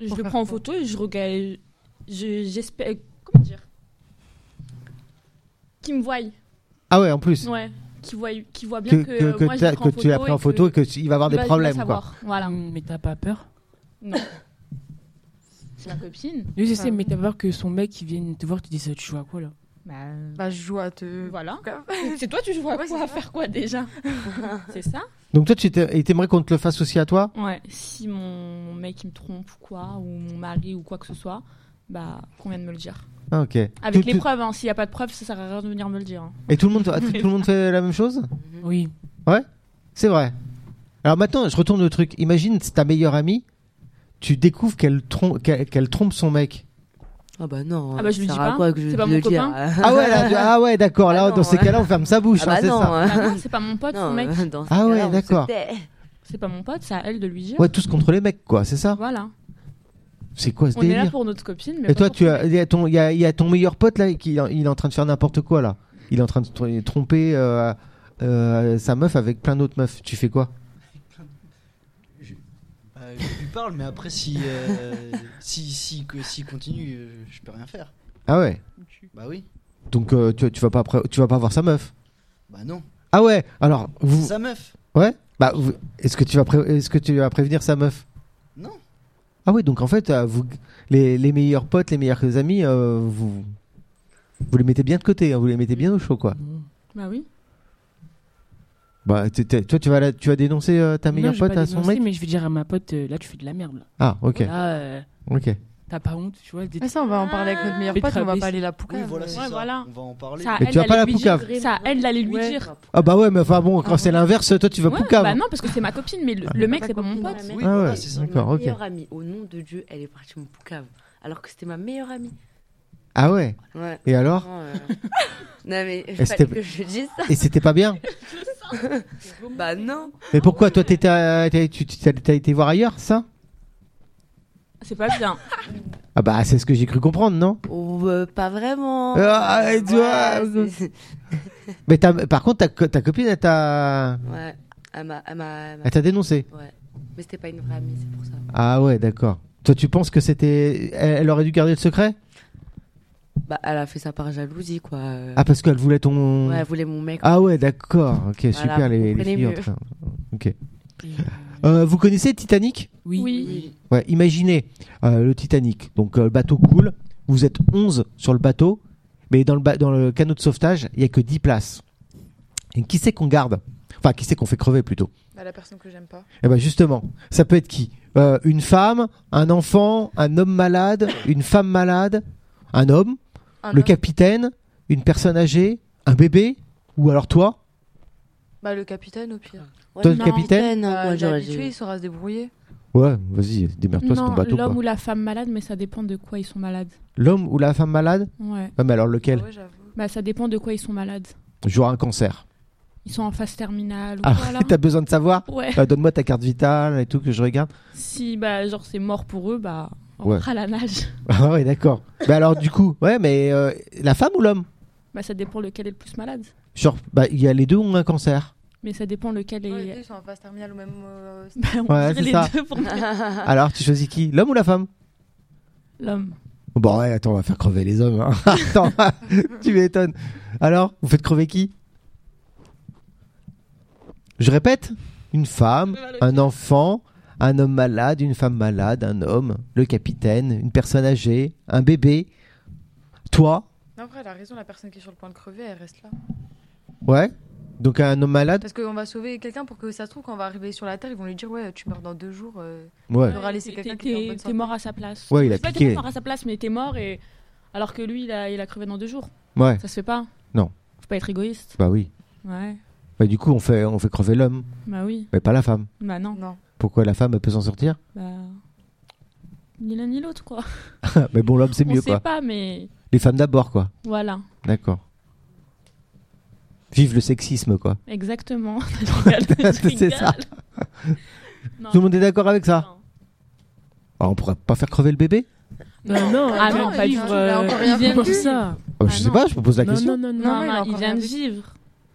je
Pour
le
faire
prends en
quoi
photo et je regarde. je- J'espère. Comment dire Qu'il me voie.
Ah ouais. En plus.
Ouais, qu'il voie, qu'il voit bien
Que,
que,
que,
euh,
que
moi je
t'as-
l'ai
que tu l'as pris en photo et
que- Bah,
que tu- il va avoir
il
des
va- il va
problèmes quoi.
savoir. Voilà.
Ah, Mais t'as pas peur
Non. C'est ma copine.
Oui, je sais,
Ah.
mais t'as peur que son mec qui vienne te voir, tu dises Tu joues à quoi là
Bah,
Bah je joue à te.
voilà. [LAUGHS] C'est toi, tu vois quoi
Ouais, c'est
à
ça.
faire quoi déjà [LAUGHS] C'est ça
Donc toi tu t'es- et t'aimerais qu'on te le fasse aussi à toi
Ouais, si mon mec il me trompe ou quoi, ou mon mari ou quoi que ce soit, bah qu'on vienne me le dire.
Ah, Ok.
Avec
Tout-
les
tout-
preuves, hein, s'il n'y a pas de preuves, ça sert à rien de venir me le dire. hein.
Et tout le
[LAUGHS]
monde ah, tout, tout le monde fait la même chose
Oui.
C'est vrai. Alors maintenant je retourne le truc. Imagine c'est ta meilleure amie, tu découvres qu'elle trompe qu'elle qu'elle trompe son mec.
Ah bah non.
Ah bah, je lui
ça
dis
sert à
pas.
quoi que je
C'est pas
le
mon
dire
Ah ouais là, tu-
[LAUGHS]
ah ouais d'accord
Ah
là
non,
dans ces
ouais.
cas-là on ferme sa bouche
Ah
hein,
bah
c'est
non.
ça.
hein.
Bah non, c'est pas mon
[LAUGHS]
pote, son
Non, euh.
mec.
dans ce
Ah ouais,
cas-là, on se
d'accord.
tait.
C'est pas mon pote, c'est à elle de lui dire.
Ouais tous contre les mecs quoi c'est ça.
Voilà.
C'est quoi ce
On est là
délire
pour notre copine. Mais
Et
pas
toi
pour
tu
son
as
mec.
il y a ton il y a- il y a ton meilleur pote là qui il est en train de faire n'importe quoi là. il est en train de tr- tromper euh, euh, sa meuf avec plein d'autres meufs. Tu fais quoi
Bah, je lui parle, mais après, si,
[LAUGHS]
euh, si, si, que- s'il continue, euh, je peux rien faire.
Ah ouais.
Bah oui,
Donc euh, tu, tu vas pas après- tu vas pas voir sa meuf.
bah non.
Ah ouais. Alors
C'est
vous
Sa meuf
ouais. Bah vous- est-ce que tu vas pré- est-ce que tu vas prévenir sa meuf
Non.
Ah ouais. Donc en fait euh, vous les, les meilleurs potes, les meilleurs amis, euh, vous vous les mettez bien de côté, hein, vous les mettez bien au chaud quoi.
Bah oui.
Bah t'es- t'es- toi tu vas la- tu vas dénoncer euh, ta
Non,
meilleure
j'ai
pote
pas
à son
dénoncé,
mec.
Mais je vais dire à ma pote, euh, là, tu fais de la merde. Là,
Ah ok
Là, euh,
ok.
t'as pas honte, tu vois. des-
Ah, ça, on va en parler avec notre meilleur
Ah.
pote, on va
Pétravis.
pas aller la poucave.
Oui, voilà, c'est ça.
voilà.
On va en parler.
Ça
Mais tu vas
elle
pas la
d'aller lui dire.
poucave.
Ça elle d'aller lui
Ouais.
dire.
Ah bah ouais mais enfin bon quand c'est l'inverse toi tu vas
Ouais,
poucave. hein.
Bah non, parce que c'est ma copine, mais le, le mec,
Ma
c'est pas mon
copine,
pote.
ma
Oui,
mère.
Ah
voilà,
ouais,
c'est ça.
d'accord,
Ma
ok.
meilleure amie, au nom de Dieu, elle est partie mon poucave. Alors que c'était ma meilleure amie.
Ah ouais.
Ouais.
Et alors
Non, euh, [LAUGHS] non, mais
Et
fallait
c'était-
que je dise ça.
Et c'était pas bien.
Bah non.
Mais pourquoi toi t'étais à- t'as- tu tu- t'as t'as été voir ailleurs ça hein.
C'est pas bien.
Ah bah c'est ce que j'ai cru comprendre non
Oh, euh, pas vraiment.
Ah, arrête, ouais.
ouais, c'est-
Mais ta- par contre, ta, co- ta copine, elle t'a,
ouais. Elle m'a- elle m'a- elle m'a-
elle t'a dénoncé.
Ouais. Mais c'était pas une vraie amie, c'est pour ça.
Ah ouais, d'accord. Toi, tu penses que c'était. Elle, elle aurait dû garder le secret
Bah, elle a fait ça par jalousie, quoi. Euh,
Ah, parce qu'elle voulait ton.
Ouais, elle voulait mon mec.
ah ouais, d'accord. Ok, super,
vous
les, les
comprenez
filles en
mieux.
train- Ok. Euh, vous connaissez Titanic
Oui.
Ouais, imaginez euh, le Titanic. Donc, euh, le bateau coule. Vous êtes 11 sur le bateau. Mais dans le, ba- dans le canot de sauvetage, il n'y a que 10 places. Et qui c'est qu'on garde Enfin, qui c'est qu'on fait crever plutôt
À Bah, la personne que j'aime pas.
Eh ben justement, ça peut être qui Euh, Une femme, un enfant, un homme malade, une femme malade, un homme,
Un
le
homme.
capitaine, une personne âgée, un bébé, ou alors toi
Bah, le capitaine, au pire.
Ouais,
Toi, le
non.
capitaine
non,
Bah,
moi,
il est
j'aurais- [LAUGHS]
habitué, il saura se débrouiller.
Ouais, vas-y, démerde-toi sur ton
non,
bateau.
l'homme
quoi.
ou la femme malade, mais ça dépend de quoi ils sont malades.
L'homme ou la femme malade
Ouais.
Ouais, mais alors lequel
Ah Ouais, j'avoue.
Bah ça dépend de quoi ils sont malades.
J'aurai un cancer.
Ils sont en phase terminale ou
Ah,
quoi, là
[LAUGHS] t'as besoin de savoir
Ouais.
Euh, Donne-moi ta carte vitale et tout que je regarde. [LAUGHS]
Si bah genre c'est mort pour eux, bah on
Ouais.
rentre à la nage.
Ah ouais, d'accord. mais alors du coup, ouais, mais euh, la femme ou l'homme
Bah ça dépend lequel est le plus malade.
Genre, bah, il y a les deux ont un cancer.
Mais ça dépend lequel
Ouais, les
est.
deux, ils sont en phase terminale ou même. euh,
[LAUGHS] Bah, on dirait
Ouais, c'est
les
ça.
deux pour moi.
Alors, tu choisis qui L'homme ou la femme
l'homme.
Bon, ouais, attends, on va faire crever les hommes. hein. [LAUGHS] attends, tu m'étonnes. Alors, vous faites crever qui Je répète une femme, un enfant, un homme malade, une femme malade, un homme, le capitaine, une personne âgée, un bébé, toi,
Non, après, elle a raison, la personne qui est sur le point de crever, elle reste là.
ouais Donc, un homme malade
Parce qu'on va sauver quelqu'un pour que ça se trouve, quand on va arriver sur la Terre, ils vont lui dire Ouais, tu meurs dans deux jours. euh.
Ouais.
On aura laissé
T'es-
quelqu'un qui était en
T'es
bonne
t'es
santé.
mort à sa place.
Ouais, il a
C'est pas
piqué.
t'es pas mort à sa place, mais t'es mort et alors que lui il a il a crevé dans deux jours.
Ouais,
Ça se fait pas.
Non.
Faut pas être égoïste.
bah oui.
Ouais.
Bah, du coup, on fait, on fait crever l'homme,
Bah oui.
mais pas la femme.
Bah non.
Non.
Pourquoi la femme, elle peut s'en sortir
Bah. Ni l'un ni l'autre, quoi.
Mais bon, l'homme, c'est
On
mieux,
sait
quoi.
pas, mais
Les femmes d'abord, quoi.
voilà.
D'accord. Vive le sexisme, quoi. [LAUGHS]
Exactement. Je rigole, je
C'est ça.
rigole.
[LAUGHS]
Non.
Tout le monde est d'accord avec ça
Non.
Ah, On pourrait pas faire crever le bébé
Non, non,
Ah
tu
non,
vas
il
pas
est
vivre.
vivant, il a encore rien
vient pour
vécu.
ça.
Ah, bah, Je
Ah
sais
non.
pas, je me pose la
Non,
question.
non, non, non.
Non,
Non, il
non,
a
il
encore
vient
rien
de
vécu.
vivre.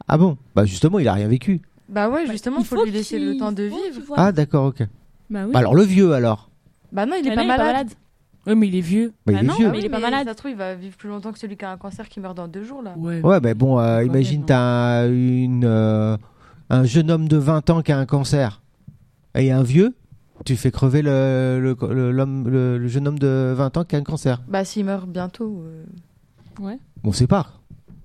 Ah bon Bah justement, il a rien vécu.
Bah ouais, justement,
il
faut, lui laisser le
qu'il-
temps de
faut qu'il
vivre.
voit.
Ah d'accord, ok.
Bah oui.
Bah alors le vieux alors
Bah non, il
Bah
est pas
non,
malade. Ah
Ouais, mais il est vieux.
Bah,
Bah
il est
non,
vieux.
mais il est pas
mais
malade.
Ça se trouve, il va vivre plus longtemps que celui qui a un cancer qui meurt dans deux jours là.
Ouais.
Ouais, mais bon, euh,
Ouais,
imagine
non.
t'as une, euh, un jeune homme de 20 ans qui a un cancer et un vieux, tu fais crever le, le, le- l'homme- le- le jeune homme de 20 ans qui a un cancer.
Bah s'il meurt bientôt, euh,
On sait pas.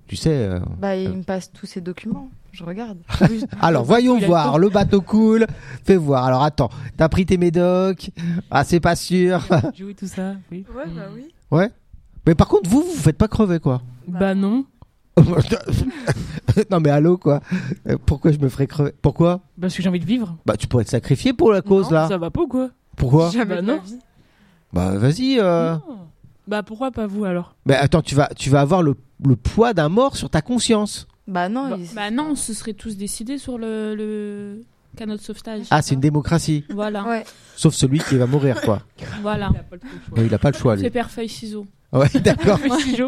Tu sais. euh,
bah
Ah.
il me passe tous ses documents. Je regarde.
[LAUGHS] Alors voyons
[LAUGHS]
voir, le bateau coule, fais voir. Alors attends, t'as pris tes médocs, ah c'est pas sûr.
Jouer tout ça. Oui.
Ouais, bah oui.
Mais par contre vous, vous vous faites pas crever quoi. [LAUGHS]
Bah non.
non mais allô quoi Euh, Pourquoi je me ferais crever Pourquoi
Parce que j'ai envie de vivre.
Bah tu pourrais te sacrifier pour la cause là.
Ça va pas ou quoi
Pourquoi
Bah non.
Bah vas-y. euh.
Non. Bah pourquoi pas
[LAUGHS]
vous alors
Mais attends tu vas tu vas avoir le, le poids d'un mort sur ta conscience.
Bah non,
Bah-
il...
Bah non, on se serait tous décidés sur le, le canot de sauvetage.
Ah c'est une démocratie.
Voilà,
Ouais.
Sauf celui qui va mourir quoi.
voilà.
Mais il a pas le choix lui.
C'est [LAUGHS] père feuille ciseaux.
Ouais d'accord
Chiffon.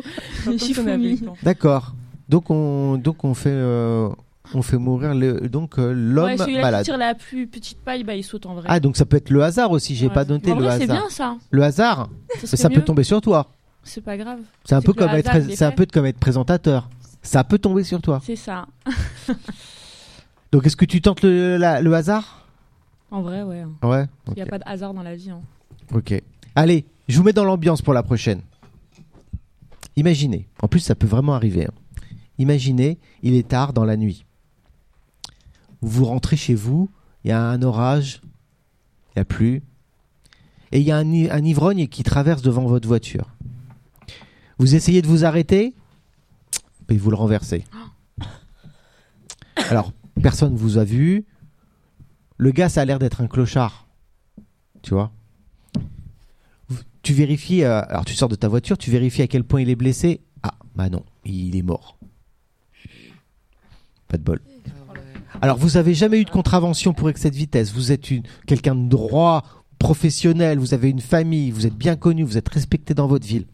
Chiffon, oui.
d'accord. Donc on, donc on fait, euh, on fait mourir le, donc euh, l'homme
Ouais, celui-là qui
malade.
tire la plus petite paille, bah, il saute en vrai.
Ah donc ça peut être le hasard aussi. J'ai
Ouais.
pas noté
Mais en
le
vrai, C'est
hasard.
bien ça.
Le hasard,
Ça,
mais
serait
ça
mieux.
peut tomber sur toi.
C'est pas grave.
C'est un
C'est
peu
que le
comme être,
hasard, il est
c'est un
fait.
peu comme être présentateur. Ça peut tomber sur toi.
C'est ça.
Donc est-ce que tu tentes le, la- le hasard
En vrai, ouais. Il
Ouais.
n'y a
ok.
pas de hasard dans la vie. hein.
Ok. Allez, je vous mets dans l'ambiance pour la prochaine. Imaginez, en plus ça peut vraiment arriver. hein. Imaginez, il est tard dans la nuit. Vous rentrez chez vous, il y a un orage, il n'y a plus, et il y a un, i- un ivrogne qui traverse devant votre voiture. Vous essayez de vous arrêter, et vous le renversez. Alors, personne ne vous a vu. Le gars, ça a l'air d'être un clochard. Tu vois tu vérifies, euh, alors tu sors de ta voiture, tu vérifies à quel point il est blessé. Ah, bah non, il est mort. Pas de bol. Alors vous avez jamais eu de contravention pour excès de vitesse. Vous êtes une- quelqu'un de droit, professionnel, vous avez une famille, vous êtes bien connu, vous êtes respecté dans votre ville.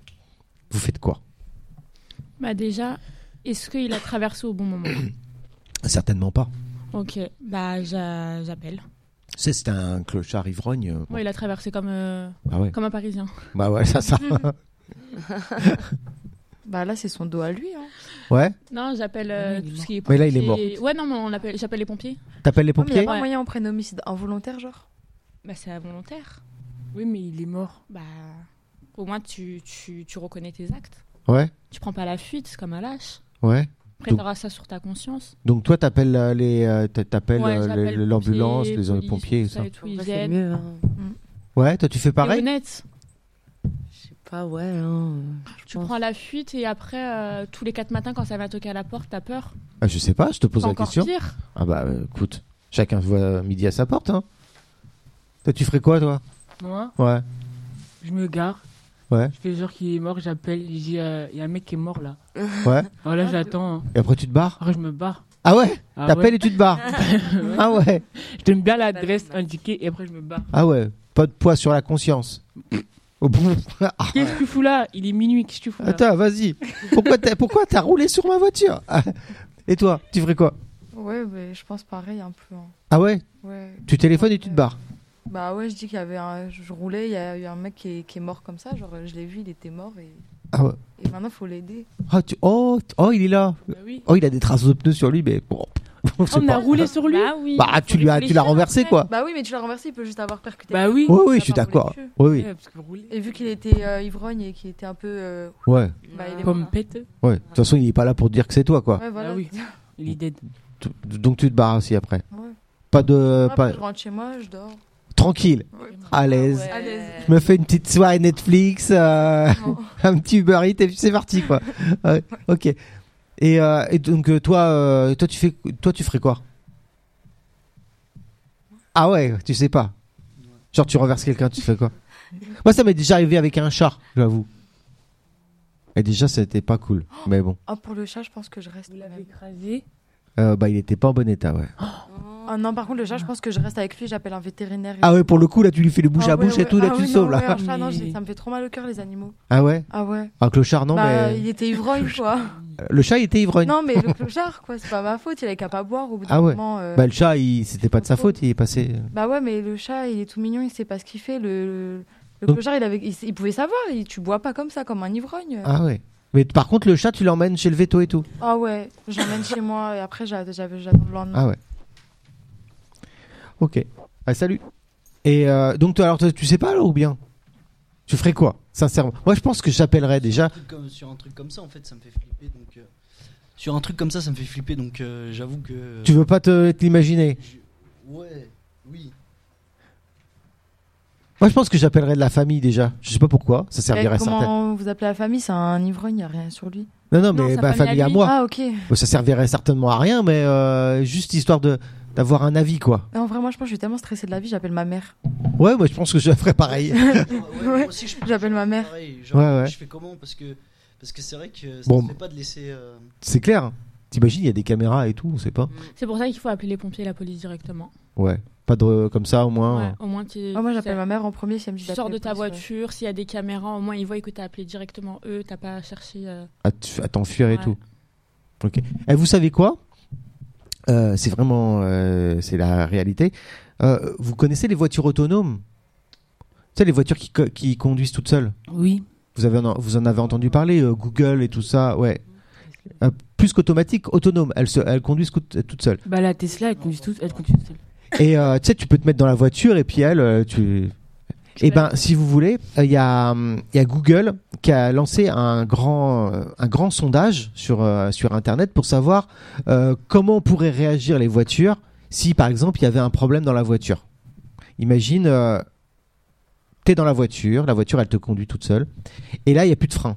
Vous faites quoi
Bah, déjà, est-ce qu'il a traversé au bon
[COUGHS]
moment
Certainement pas.
Ok, bah, j'a- j'appelle.
C'est c'est un clochard ivrogne. euh, bon.
Ouais, il a traversé comme, euh,
Ah ouais.
comme un Parisien.
[LAUGHS] Bah ouais, ça, ça.
Bah là, c'est son dos à lui. Hein.
[LAUGHS] ouais.
Non, j'appelle euh,
Ouais, il est
tout ce
mort.
qui est
Mais là, il est mort.
pompier. Ouais, non, mais on appelle- j'appelle les pompiers.
T'appelles les
Non, mais il n'y a
pompiers
pas
Ouais.
moyen en prenne homicide involontaire, genre
Bah, c'est volontaire.
Oui, mais il est mort.
Bah, au moins, tu, tu, tu reconnais tes actes.
Ouais.
Tu prends pas la fuite, c'est comme un lâche.
Ouais.
Après,
Donc-
t'auras ça sur ta conscience.
Donc toi, t'appelles euh, les, euh, t'a- t'appelles
Ouais,
euh,
j'appelle
le- l'ambulance,
pompiers,
les
police,
pompiers, et
tout ça.
ça.
et tout,
En
ils
vrai, c'est
viennent.
mieux. hein.
Ouais, toi tu fais
T'es
pareil.
honnête.
Je sais pas, ouais. hein, euh, je
Tu
pense.
prends la fuite et après, euh, tous les quatre matins, quand ça va toquer à la porte, t'as peur.
Ah, je sais pas, je te pose
C'est
la
encore
question.
pire.
Ah bah euh, écoute, chacun voit midi à sa porte. Hein. Toi, tu ferais quoi, toi
Moi,
Ouais.
je me gare.
Ouais.
Je fais genre qu'il est mort, j'appelle. Je dis, euh, il y a un mec qui est mort là.
Ouais.
Voilà, j'attends. hein.
Et après, tu te barres
Après, je me barre.
Ah ouais
Ah
T'appelles
[LAUGHS] ouais.
et tu te barres Ah ouais
Je donne bien l'adresse indiquée et après, je me barre.
Ah ouais Pas de poids sur la
[LAUGHS]
conscience. Oh, bon. Ah,
Qu'est-ce que tu fous là Il est minuit, qu'est-ce que tu fous là
attends, vas-y. Pourquoi t'as, pourquoi t'as roulé sur ma voiture Ah. Et toi, tu ferais quoi
Ouais, mais je pense pareil un peu. hein.
Ah ouais
Ouais.
Tu téléphones et tu te barres.
Bah ouais, je dis qu'il y avait un. Je roulais, il y a eu un mec qui est, qui est mort comme ça. Genre, je l'ai vu, il était mort et,
Ah ouais
et maintenant, faut l'aider.
Ah, tu- oh, t- oh, il est là.
Bah oui.
Oh, il a des traces de pneus sur lui, mais bon. [LAUGHS] on sait
Ah, On a
pas.
roulé sur lui
Bah oui.
Bah, tu, lui as, tu l'as renversé, quoi.
Bah oui, mais tu l'as renversé, il peut juste avoir percuté.
Bah oui.
Ah. Oui,
Ça
oui, je suis
part pour
d'accord.
les queues.
Oui, oui.
Ouais, parce que rouler.
Et vu qu'il était euh, ivrogne et qu'il était un peu. euh,
Ouais.
bah, il est
Comme
mort.
pète,
Ouais, de toute façon, il n'est pas là pour te dire que c'est toi, quoi.
Ouais, voilà.
Ah oui.
Euh,
il est dead.
Tu- Donc tu te barres aussi après.
Ouais.
Pas de.
Après,
Pas...
Je rentre chez moi, je dors.
Tranquille,
Ah, Ouais.
à
Ah,
l'aise.
À l'aise.
Je me fais une petite soirée Netflix, euh,
Oh.
[LAUGHS] un petit Uber Eats et puis c'est parti,
[LAUGHS]
quoi. Ouais, ok. Et, euh, et donc euh, toi, euh, toi, tu fais, toi, tu ferais quoi Ah ouais, tu sais pas. Genre tu renverses quelqu'un, tu fais quoi Moi, ça m'est déjà arrivé avec un char, j'avoue. Et déjà, c'était pas cool. Mais bon,
Ah, pour le chat, je pense que je reste. quand même.
écrasé.
Euh, bah, il était pas en bon état, ouais.
Ah non, par contre, le chat, je pense que je reste avec lui, j'appelle un vétérinaire. et-
Ah ouais, pour le coup, là, tu lui fais le bouche
Ah
à
ouais,
bouche et
ouais.
tout, là,
Ah
tu le
oui,
sauves,
non,
là.
ouais, un chat, non,
Mais-
ça me fait trop mal au cœur, les animaux.
Ah ouais
Ah ouais.
Un clochard, non,
bah,
mais.
il était ivrogne, quoi.
Le chat, il était ivrogne.
Non, mais le clochard, quoi, c'est pas ma faute, il est qu'à pas boire au bout d'un
Ah ouais.
moment. euh.
Bah, le chat, il... c'était pas de sa
Faut-
faute, il est passé.
Bah ouais, mais le chat, il est tout mignon, il sait pas ce qu'il fait. Le, le- le
Donc-
clochard, il, avait... il, il pouvait savoir, il... tu bois pas comme ça, comme un ivrogne. Ah,
Ah ouais. Mais par contre, le chat, tu l'emmènes chez le veto et
Mm.
tout.
ouais, j'emmène chez moi et après, j'a- j'a- j'attends le lendemain.
Ah ouais. Ok. Ah, salut. Et euh, donc, toi, alors, toi, tu sais pas, là, ou bien Tu ferais quoi, sincèrement Moi, je pense que j'appellerais déjà.
Sur un truc comme- sur un truc comme ça, en fait, ça me fait flipper. Donc, euh, sur un truc comme ça, ça me fait flipper. Donc, euh, j'avoue que. euh,
Tu veux pas te te l'imaginer
je- Ouais, oui.
Moi, je pense que j'appellerais de la famille déjà. Je sais pas pourquoi, ça
Mais
servirait à certains.
comment vous appelez la famille C'est un ivrogne, y a rien sur lui.
Non, non,
Non,
mais
sa
bah,
famille à
famille à
lui.
moi.
Ah, ok.
Bon, Ça servirait certainement à rien, mais euh, juste histoire de d'avoir un avis, quoi.
Non, vraiment, je pense que je suis tellement stressée de la vie, j'appelle ma mère.
Ouais, moi je pense que je
[LAUGHS]
ferais pareil.
Ouais,
[LAUGHS]
Ah, ouais, moi aussi, je-
J'appelle ma mère.
Pareil, genre,
Ouais, ouais.
Je fais comment Parce que parce que c'est vrai que ça
Bon.
ne fait pas de laisser. euh,
C'est clair. T'imagines, il y a des caméras et tout, on sait pas.
C'est pour ça qu'il faut appeler les pompiers et la police directement.
Ouais. Pas de comme ça au moins.
Ouais, au moins, tu,
Ah, moi,
tu
j'appelle
sais,
ma mère en premier si elle me dit
tu sors de
d'appeler
ta
la police, ouais.
voiture, s'il y a des caméras, au moins ils voient que t'as appelé directement eux, t'as pas cherché. euh,
À, t- à t'enfuir et
Ouais.
tout. Ok. Eh, vous savez quoi Euh, C'est vraiment, euh, c'est la réalité. Euh, vous connaissez les voitures autonomes Tu sais, les voitures qui, co- qui conduisent toutes seules.
Oui.
Vous, avez, en- vous en avez entendu parler, euh, Google et tout ça, ouais.
Mmh.
Euh, plus qu'automatique, autonome. Elles, se- elles conduisent cou- toutes seules.
Bah la Tesla, elle conduit toute, elle conduit toute seule.
Et euh, tu sais, tu peux te mettre dans la voiture et puis elle, euh, tu. Eh ben, si vous voulez, euh, il y, a, hum, il y a Google qui a lancé un grand, euh, un grand sondage sur, euh, sur Internet pour savoir euh, comment pourraient réagir les voitures si, par exemple, il y avait un problème dans la voiture. Imagine, euh, t'es dans la voiture, la voiture, elle te conduit toute seule, et là, il n'y a plus de frein.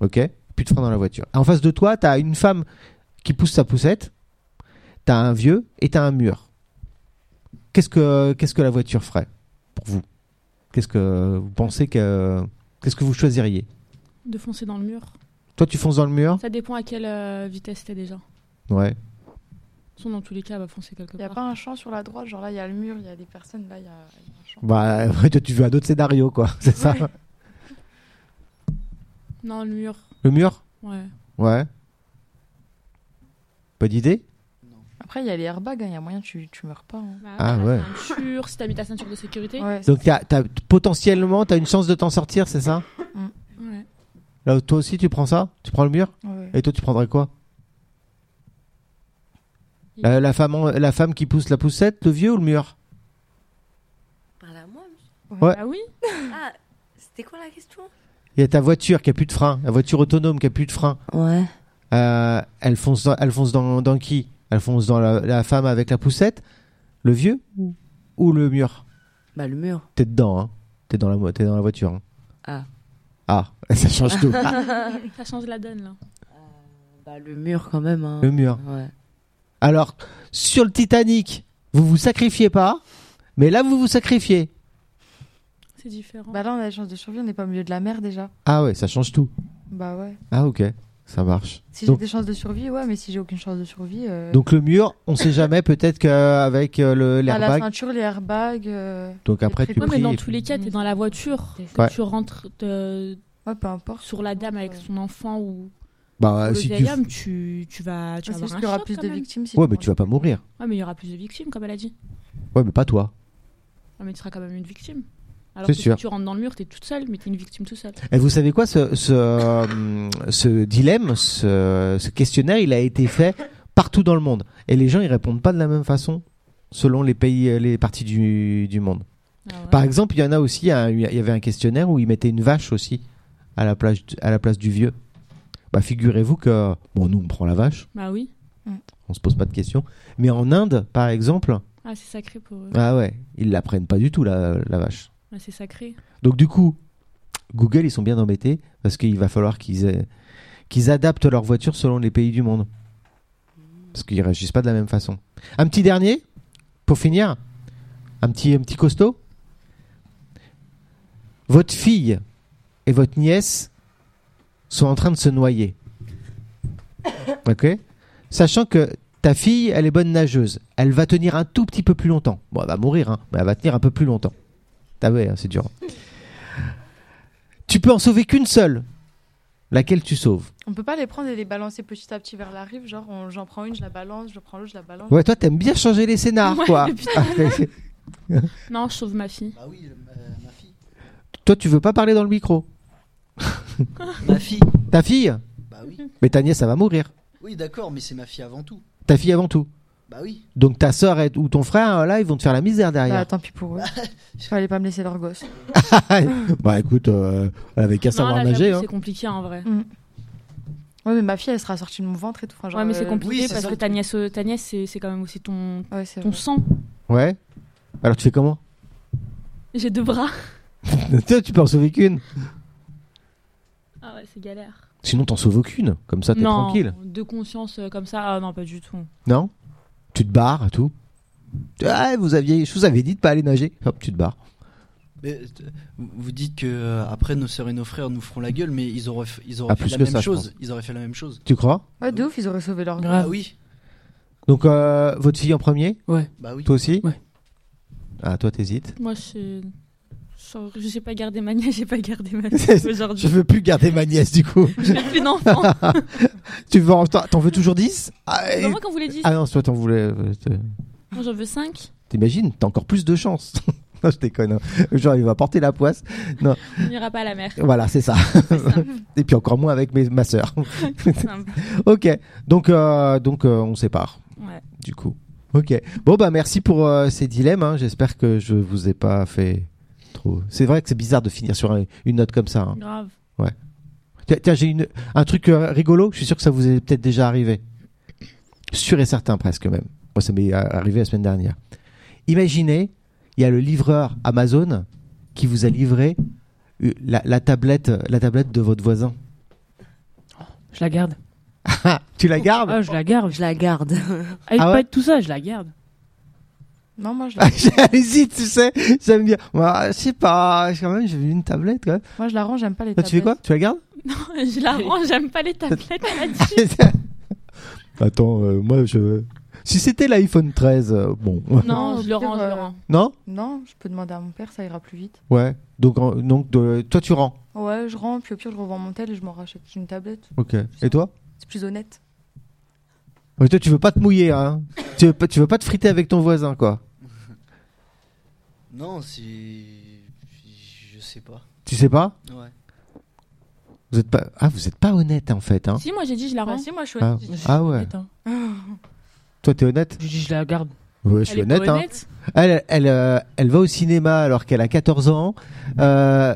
OK Plus de frein dans la voiture. En face de toi, t'as une femme qui pousse sa poussette, t'as un vieux et t'as un mur qu'est-ce que qu'est-ce que la voiture ferait pour vous Qu'est-ce que vous pensez que qu'est-ce que vous choisiriez
De foncer dans le mur.
Toi, tu fonces dans le mur
Ça dépend à quelle euh, vitesse t'es déjà. De
Ouais.
toute façon, dans tous les cas, elle va foncer quelque
Il n'y a
part.
pas un champ sur la droite, genre là il y a le mur, il y a des personnes, là il y a, il y a un champ.
Bah, [LAUGHS] ouais, toi, tu veux un autre scénario, quoi. [LAUGHS] C'est ça
Ouais.
Non, le mur.
Le mur
Ouais.
Ouais. Pas d'idée
Après il y a les airbags, hein, il y a moyen tu, tu meurs pas. hein.
Ah ouais.
ta ceinture, si t'as mis ta ceinture de sécurité.
Ouais,
Donc, t'as, t'as- potentiellement, t'as une chance de t'en sortir, c'est ça
Ouais.
Là, toi aussi, tu prends ça Tu prends le mur
ouais.
Et toi, tu prendrais quoi Euh, la, femme en- la femme qui pousse la poussette, le vieux ou le mur
Parle à moi. monsieur.
Ouais.
Ah oui
Ah, c'était quoi la question
Il y a ta voiture qui a plus de frein, la voiture autonome qui a plus de frein.
Ouais.
Euh, elle fonce dans, elle fonce dans, dans qui Elle fonce dans la, la femme avec la poussette, le vieux ou le mur
Bah le mur.
T'es dedans, hein T'es dans la, mo- t'es dans la voiture. hein.
Ah.
Ah, [LAUGHS] ça change tout.
Ça change la donne, là.
Bah le mur quand même. Hein.
Le mur.
Ouais.
Alors, sur le Titanic, vous vous sacrifiez pas, mais là vous vous sacrifiez.
C'est différent.
Bah là on a des chances de survie, on n'est pas au milieu de la mer déjà.
Ah ouais, ça change tout.
Bah ouais.
Ah ok, ça marche.
Si j'ai
Donc,
des chances de survie, ouais, mais si j'ai aucune chance de survie, euh,
donc le mur, on sait jamais, peut-être qu'avec euh, le
à la
l'airbag.
ceinture, les airbags. euh,
Donc après
très
tu
Ouais, mais
pries.
dans
et
tous les cas, t'es dans la voiture.
Ouais.
Que tu rentres euh,
Ouais, peu importe.
sur la dame avec son enfant ou
Bah,
le
si tu...
vieil homme, tu, tu vas, tu
Ouais,
vas avoir
Ah, c'est juste
un
qu'il y aura
choc,
plus
quand
de
même.
victimes. si
Ouais,
tu
mais
prends-
tu vas pas mourir.
Ouais, mais il y aura plus de victimes, comme elle a dit.
Ouais, mais pas toi.
Ouais, mais tu seras quand même une victime. Alors
C'est
que
sûr.
si tu rentres dans le mur, t'es toute seule, mais t'es une victime toute seule.
Et vous savez quoi, ce, ce, euh, ce dilemme, ce, ce questionnaire, il a été fait partout dans le monde. Et les gens, ils répondent pas de la même façon selon les pays, euh, les parties du, du monde.
Ah ouais.
Par exemple, il y en a aussi, un- il y avait un questionnaire où ils mettaient une vache aussi à la place, à la place du vieux. Bah, figurez-vous que, bon, nous, on prend la vache,
Bah oui.
on se pose pas de questions. Mais en Inde, par exemple,
Ah, c'est sacré pour eux.
ah ouais, ils la prennent pas du tout, la, la vache.
Ah, c'est sacré.
Donc du coup, Google, ils sont bien embêtés parce qu'il va falloir qu'ils aient- qu'ils adaptent leurs voitures selon les pays du monde. Parce qu'ils réagissent pas de la même façon. Un petit dernier, pour finir, un petit, un petit costaud. Votre fille et votre nièce sont en train de se noyer. Ok Sachant que ta fille, elle est bonne nageuse. Elle va tenir un tout petit peu plus longtemps. Bon, elle va mourir, hein, mais elle va tenir un peu plus longtemps. Ah ouais, hein, c'est dur. Tu peux en sauver qu'une seule. Laquelle tu sauves
On peut pas les prendre et les balancer petit à petit vers la rive, genre on- j'en prends une, je la balance, je prends l'autre, je la balance.
Ouais, toi, t'aimes bien changer les scénars,
Ouais,
quoi.
[LAUGHS] putain. Non, je sauve ma fille.
Bah oui, euh, ma fille.
[LAUGHS] toi, tu veux pas parler dans le micro.
Ma fille
Ta fille
Bah oui.
Mais ta nièce, ça va mourir.
Oui, d'accord, mais c'est ma fille avant tout.
Ta fille avant tout.
Bah oui.
Donc ta sœur et- ou ton frère, euh, là, ils vont te faire la misère
Bah
derrière.
tant pis pour eux.
[LAUGHS]
Fallait pas me laisser leur gosse.
bah écoute, euh, elle avait qu'à
Non,
savoir
là,
nager.
j'avoue,
hein.
C'est compliqué en vrai.
Ouais, mais ma fille elle sera sortie de mon ventre et tout. Enfin, genre,
Ouais, mais c'est
euh,
compliqué
oui, c'est
parce
ça,
que
le
ta
truc.
nièce, euh, ta nièce, c'est c'est quand même aussi ton,
Ouais, c'est
ton
vrai.
sang.
Ouais. Alors tu fais comment [LAUGHS]
J'ai deux bras.
Toi, tu peux en sauver qu'une.
Ah ouais, c'est galère.
Sinon, t'en sauves aucune. Comme ça, t'es
non,
tranquille.
de conscience euh, comme ça, ah non, pas du tout.
Non Tu te barres, tout. Ah, vous aviez, je vous avais dit de pas aller nager. Hop, tu te barres.
Mais, euh, vous vous dites que euh, après nos sœurs et nos frères nous feront la gueule, mais ils auraient, f- ils auraient
Ah,
fait
plus
la
que
même
ça, je
chose. Ils auraient fait la même chose.
Tu crois
Ouais, de ouf, ils auraient sauvé leur gosse.
Grave.
Ah oui.
Donc, euh, votre fille en premier
Ouais.
Bah oui.
Toi aussi
Ouais.
Ah, toi, t'hésites.
Moi, je, je Genre, j'ai pas gardé ma nièce, j'ai pas gardé
[LAUGHS]
ma
C'est-
nièce
Je
aujourd'hui.
veux plus garder ma nièce du [LAUGHS] coup.
Je n'ai plus d'enfant.
tu veux en- t'en t'en veux toujours 10 ah, et-
Non, moi, quand vous l'avez dit,
ah non, toi t'en voulais. euh, te-
moi j'en veux 5.
T'imagines, t'as encore plus de chance. [LAUGHS] non, je déconne. hein. Genre, il va porter la poisse.
On n'ira pas à la
[LAUGHS]
mer.
Voilà, c'est ça.
C'est ça.
Et puis encore moins avec mes- ma sœur. [LAUGHS]
Simple.
ok, donc, euh, donc euh, on sépare.
Ouais.
du coup. Ok. Bon, bah merci pour euh, ces dilemmes. hein. J'espère que je vous ai pas fait trop. C'est vrai que c'est bizarre de finir sur un- une note comme ça. hein.
Grave. [LAUGHS]
Tiens, tiens, j'ai une- un truc euh, rigolo. Je suis sûr que ça vous est peut-être déjà arrivé. Sûr et certain, presque même. Moi, ça m'est euh, arrivé la semaine dernière. Imaginez, il y a le livreur Amazon qui vous a livré euh, la, la tablette, la tablette de votre voisin.
Je la garde.
Ah, tu la gardes [LAUGHS]
Ah, je la garde.
Je la garde.
iPad,
ouais
tout ça, je la garde.
Non, moi je,
[LAUGHS]
la...
Ah, J'hésite, tu sais. J'aime bien. Moi, je sais pas. Quand même, j'ai vu une tablette. Quand même.
moi je la range, j'aime pas les
Toi,
tablettes.
tu fais quoi Tu la gardes
Je la range, j'aime pas les tablettes. elle a dit.
Attends, euh, moi je. Si c'était l'iPhone 13, euh, bon.
Non,
Non,
je le
pire,
rends, je le
euh,
rends.
Non
Non, je peux demander à mon père, ça ira plus vite.
Ouais. Donc, en- donc de- toi tu rends.
Ouais, je range, puis au pire je revends mon tel et je m'en rachète une tablette.
Ok. Et toi
C'est plus honnête.
Ouais, Toi tu veux pas te mouiller, hein tu, veux pas, tu veux pas te friter avec ton voisin, quoi.
Non, c'est. Je sais pas.
Tu sais pas
Ouais.
Vous êtes pas. Ah, vous êtes pas honnête en fait, hein
Si, moi j'ai dit, je la
Bah,
range.
si, moi je suis
Ah,
honnête.
Je suis
Ah ouais.
honnête, hein.
Toi t'es honnête
Je dis, je la garde.
Ouais, je suis
Elle est pas
honnête, hein. Elle, elle, euh, elle va au cinéma alors qu'elle a 14 ans. Euh,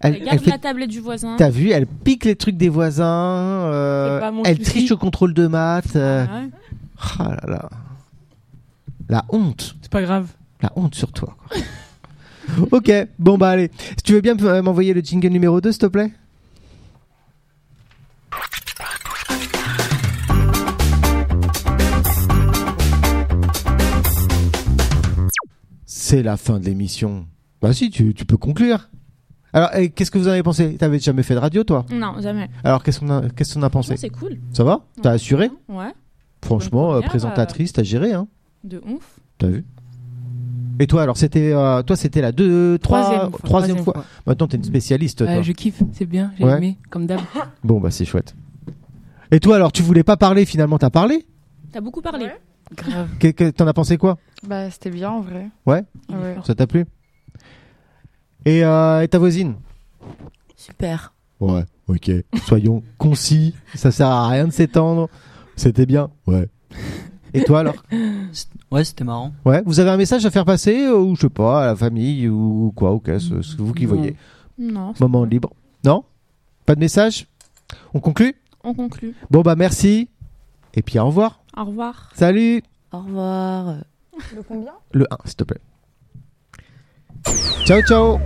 Elle,
elle, elle
garde
fait
la tablette du voisin.
T'as vu, elle pique les trucs des voisins, euh,
C'est pas mon
elle
souci.
triche au contrôle de maths. euh,
Ah ouais.
Ah là là. La honte,
C'est pas grave.
la honte sur toi. quoi. [LAUGHS] ok, bon bah allez. Si tu veux bien euh, m'envoyer le jingle numéro 2, s'il te plaît C'est la fin de l'émission. Bah si, tu, tu peux conclure. Alors, eh, qu'est-ce que vous en avez pensé T'avais jamais fait de radio, toi
Non, jamais.
alors, qu'est-ce qu'on a, qu'est-ce qu'on a pensé
Franchement, c'est cool.
Ça va T'as assuré
Ouais,
Franchement, euh,
première,
présentatrice, t'as géré, hein
de ouf.
T'as vu Et toi, alors, c'était, euh, toi, c'était la deux, trois-
Troisième fois.
troisième fois. Maintenant, t'es une spécialiste, toi.
Euh, je kiffe, c'est bien, j'ai
Ouais.
aimé, comme d'hab.
Bon, bah, c'est chouette. Et toi, alors, tu voulais pas parler, finalement, t'as parlé
T'as beaucoup parlé.
Grave.
Que- que- T'en as pensé quoi
Bah, c'était bien en vrai.
Ouais.
Il est
Ouais.
fort.
Ça t'a plu et, euh, et ta voisine
Super.
Ouais, ok.
[LAUGHS] Soyons concis, ça sert à rien de s'étendre. C'était bien.
Ouais.
Et toi, alors
Ouais, c'était marrant.
Ouais, vous avez un message à faire passer, euh, ou je sais pas, à la famille, ou quoi, ou qu'est-ce, c'est vous qui
Non.
voyez.
Non. c'est
Moment
cool.
libre. Non Pas de message On conclut
On conclut.
Bon bah merci. Et puis au revoir.
Au revoir.
Salut
Au revoir.
Le combien
Le 1, s'il te plaît. Ciao ciao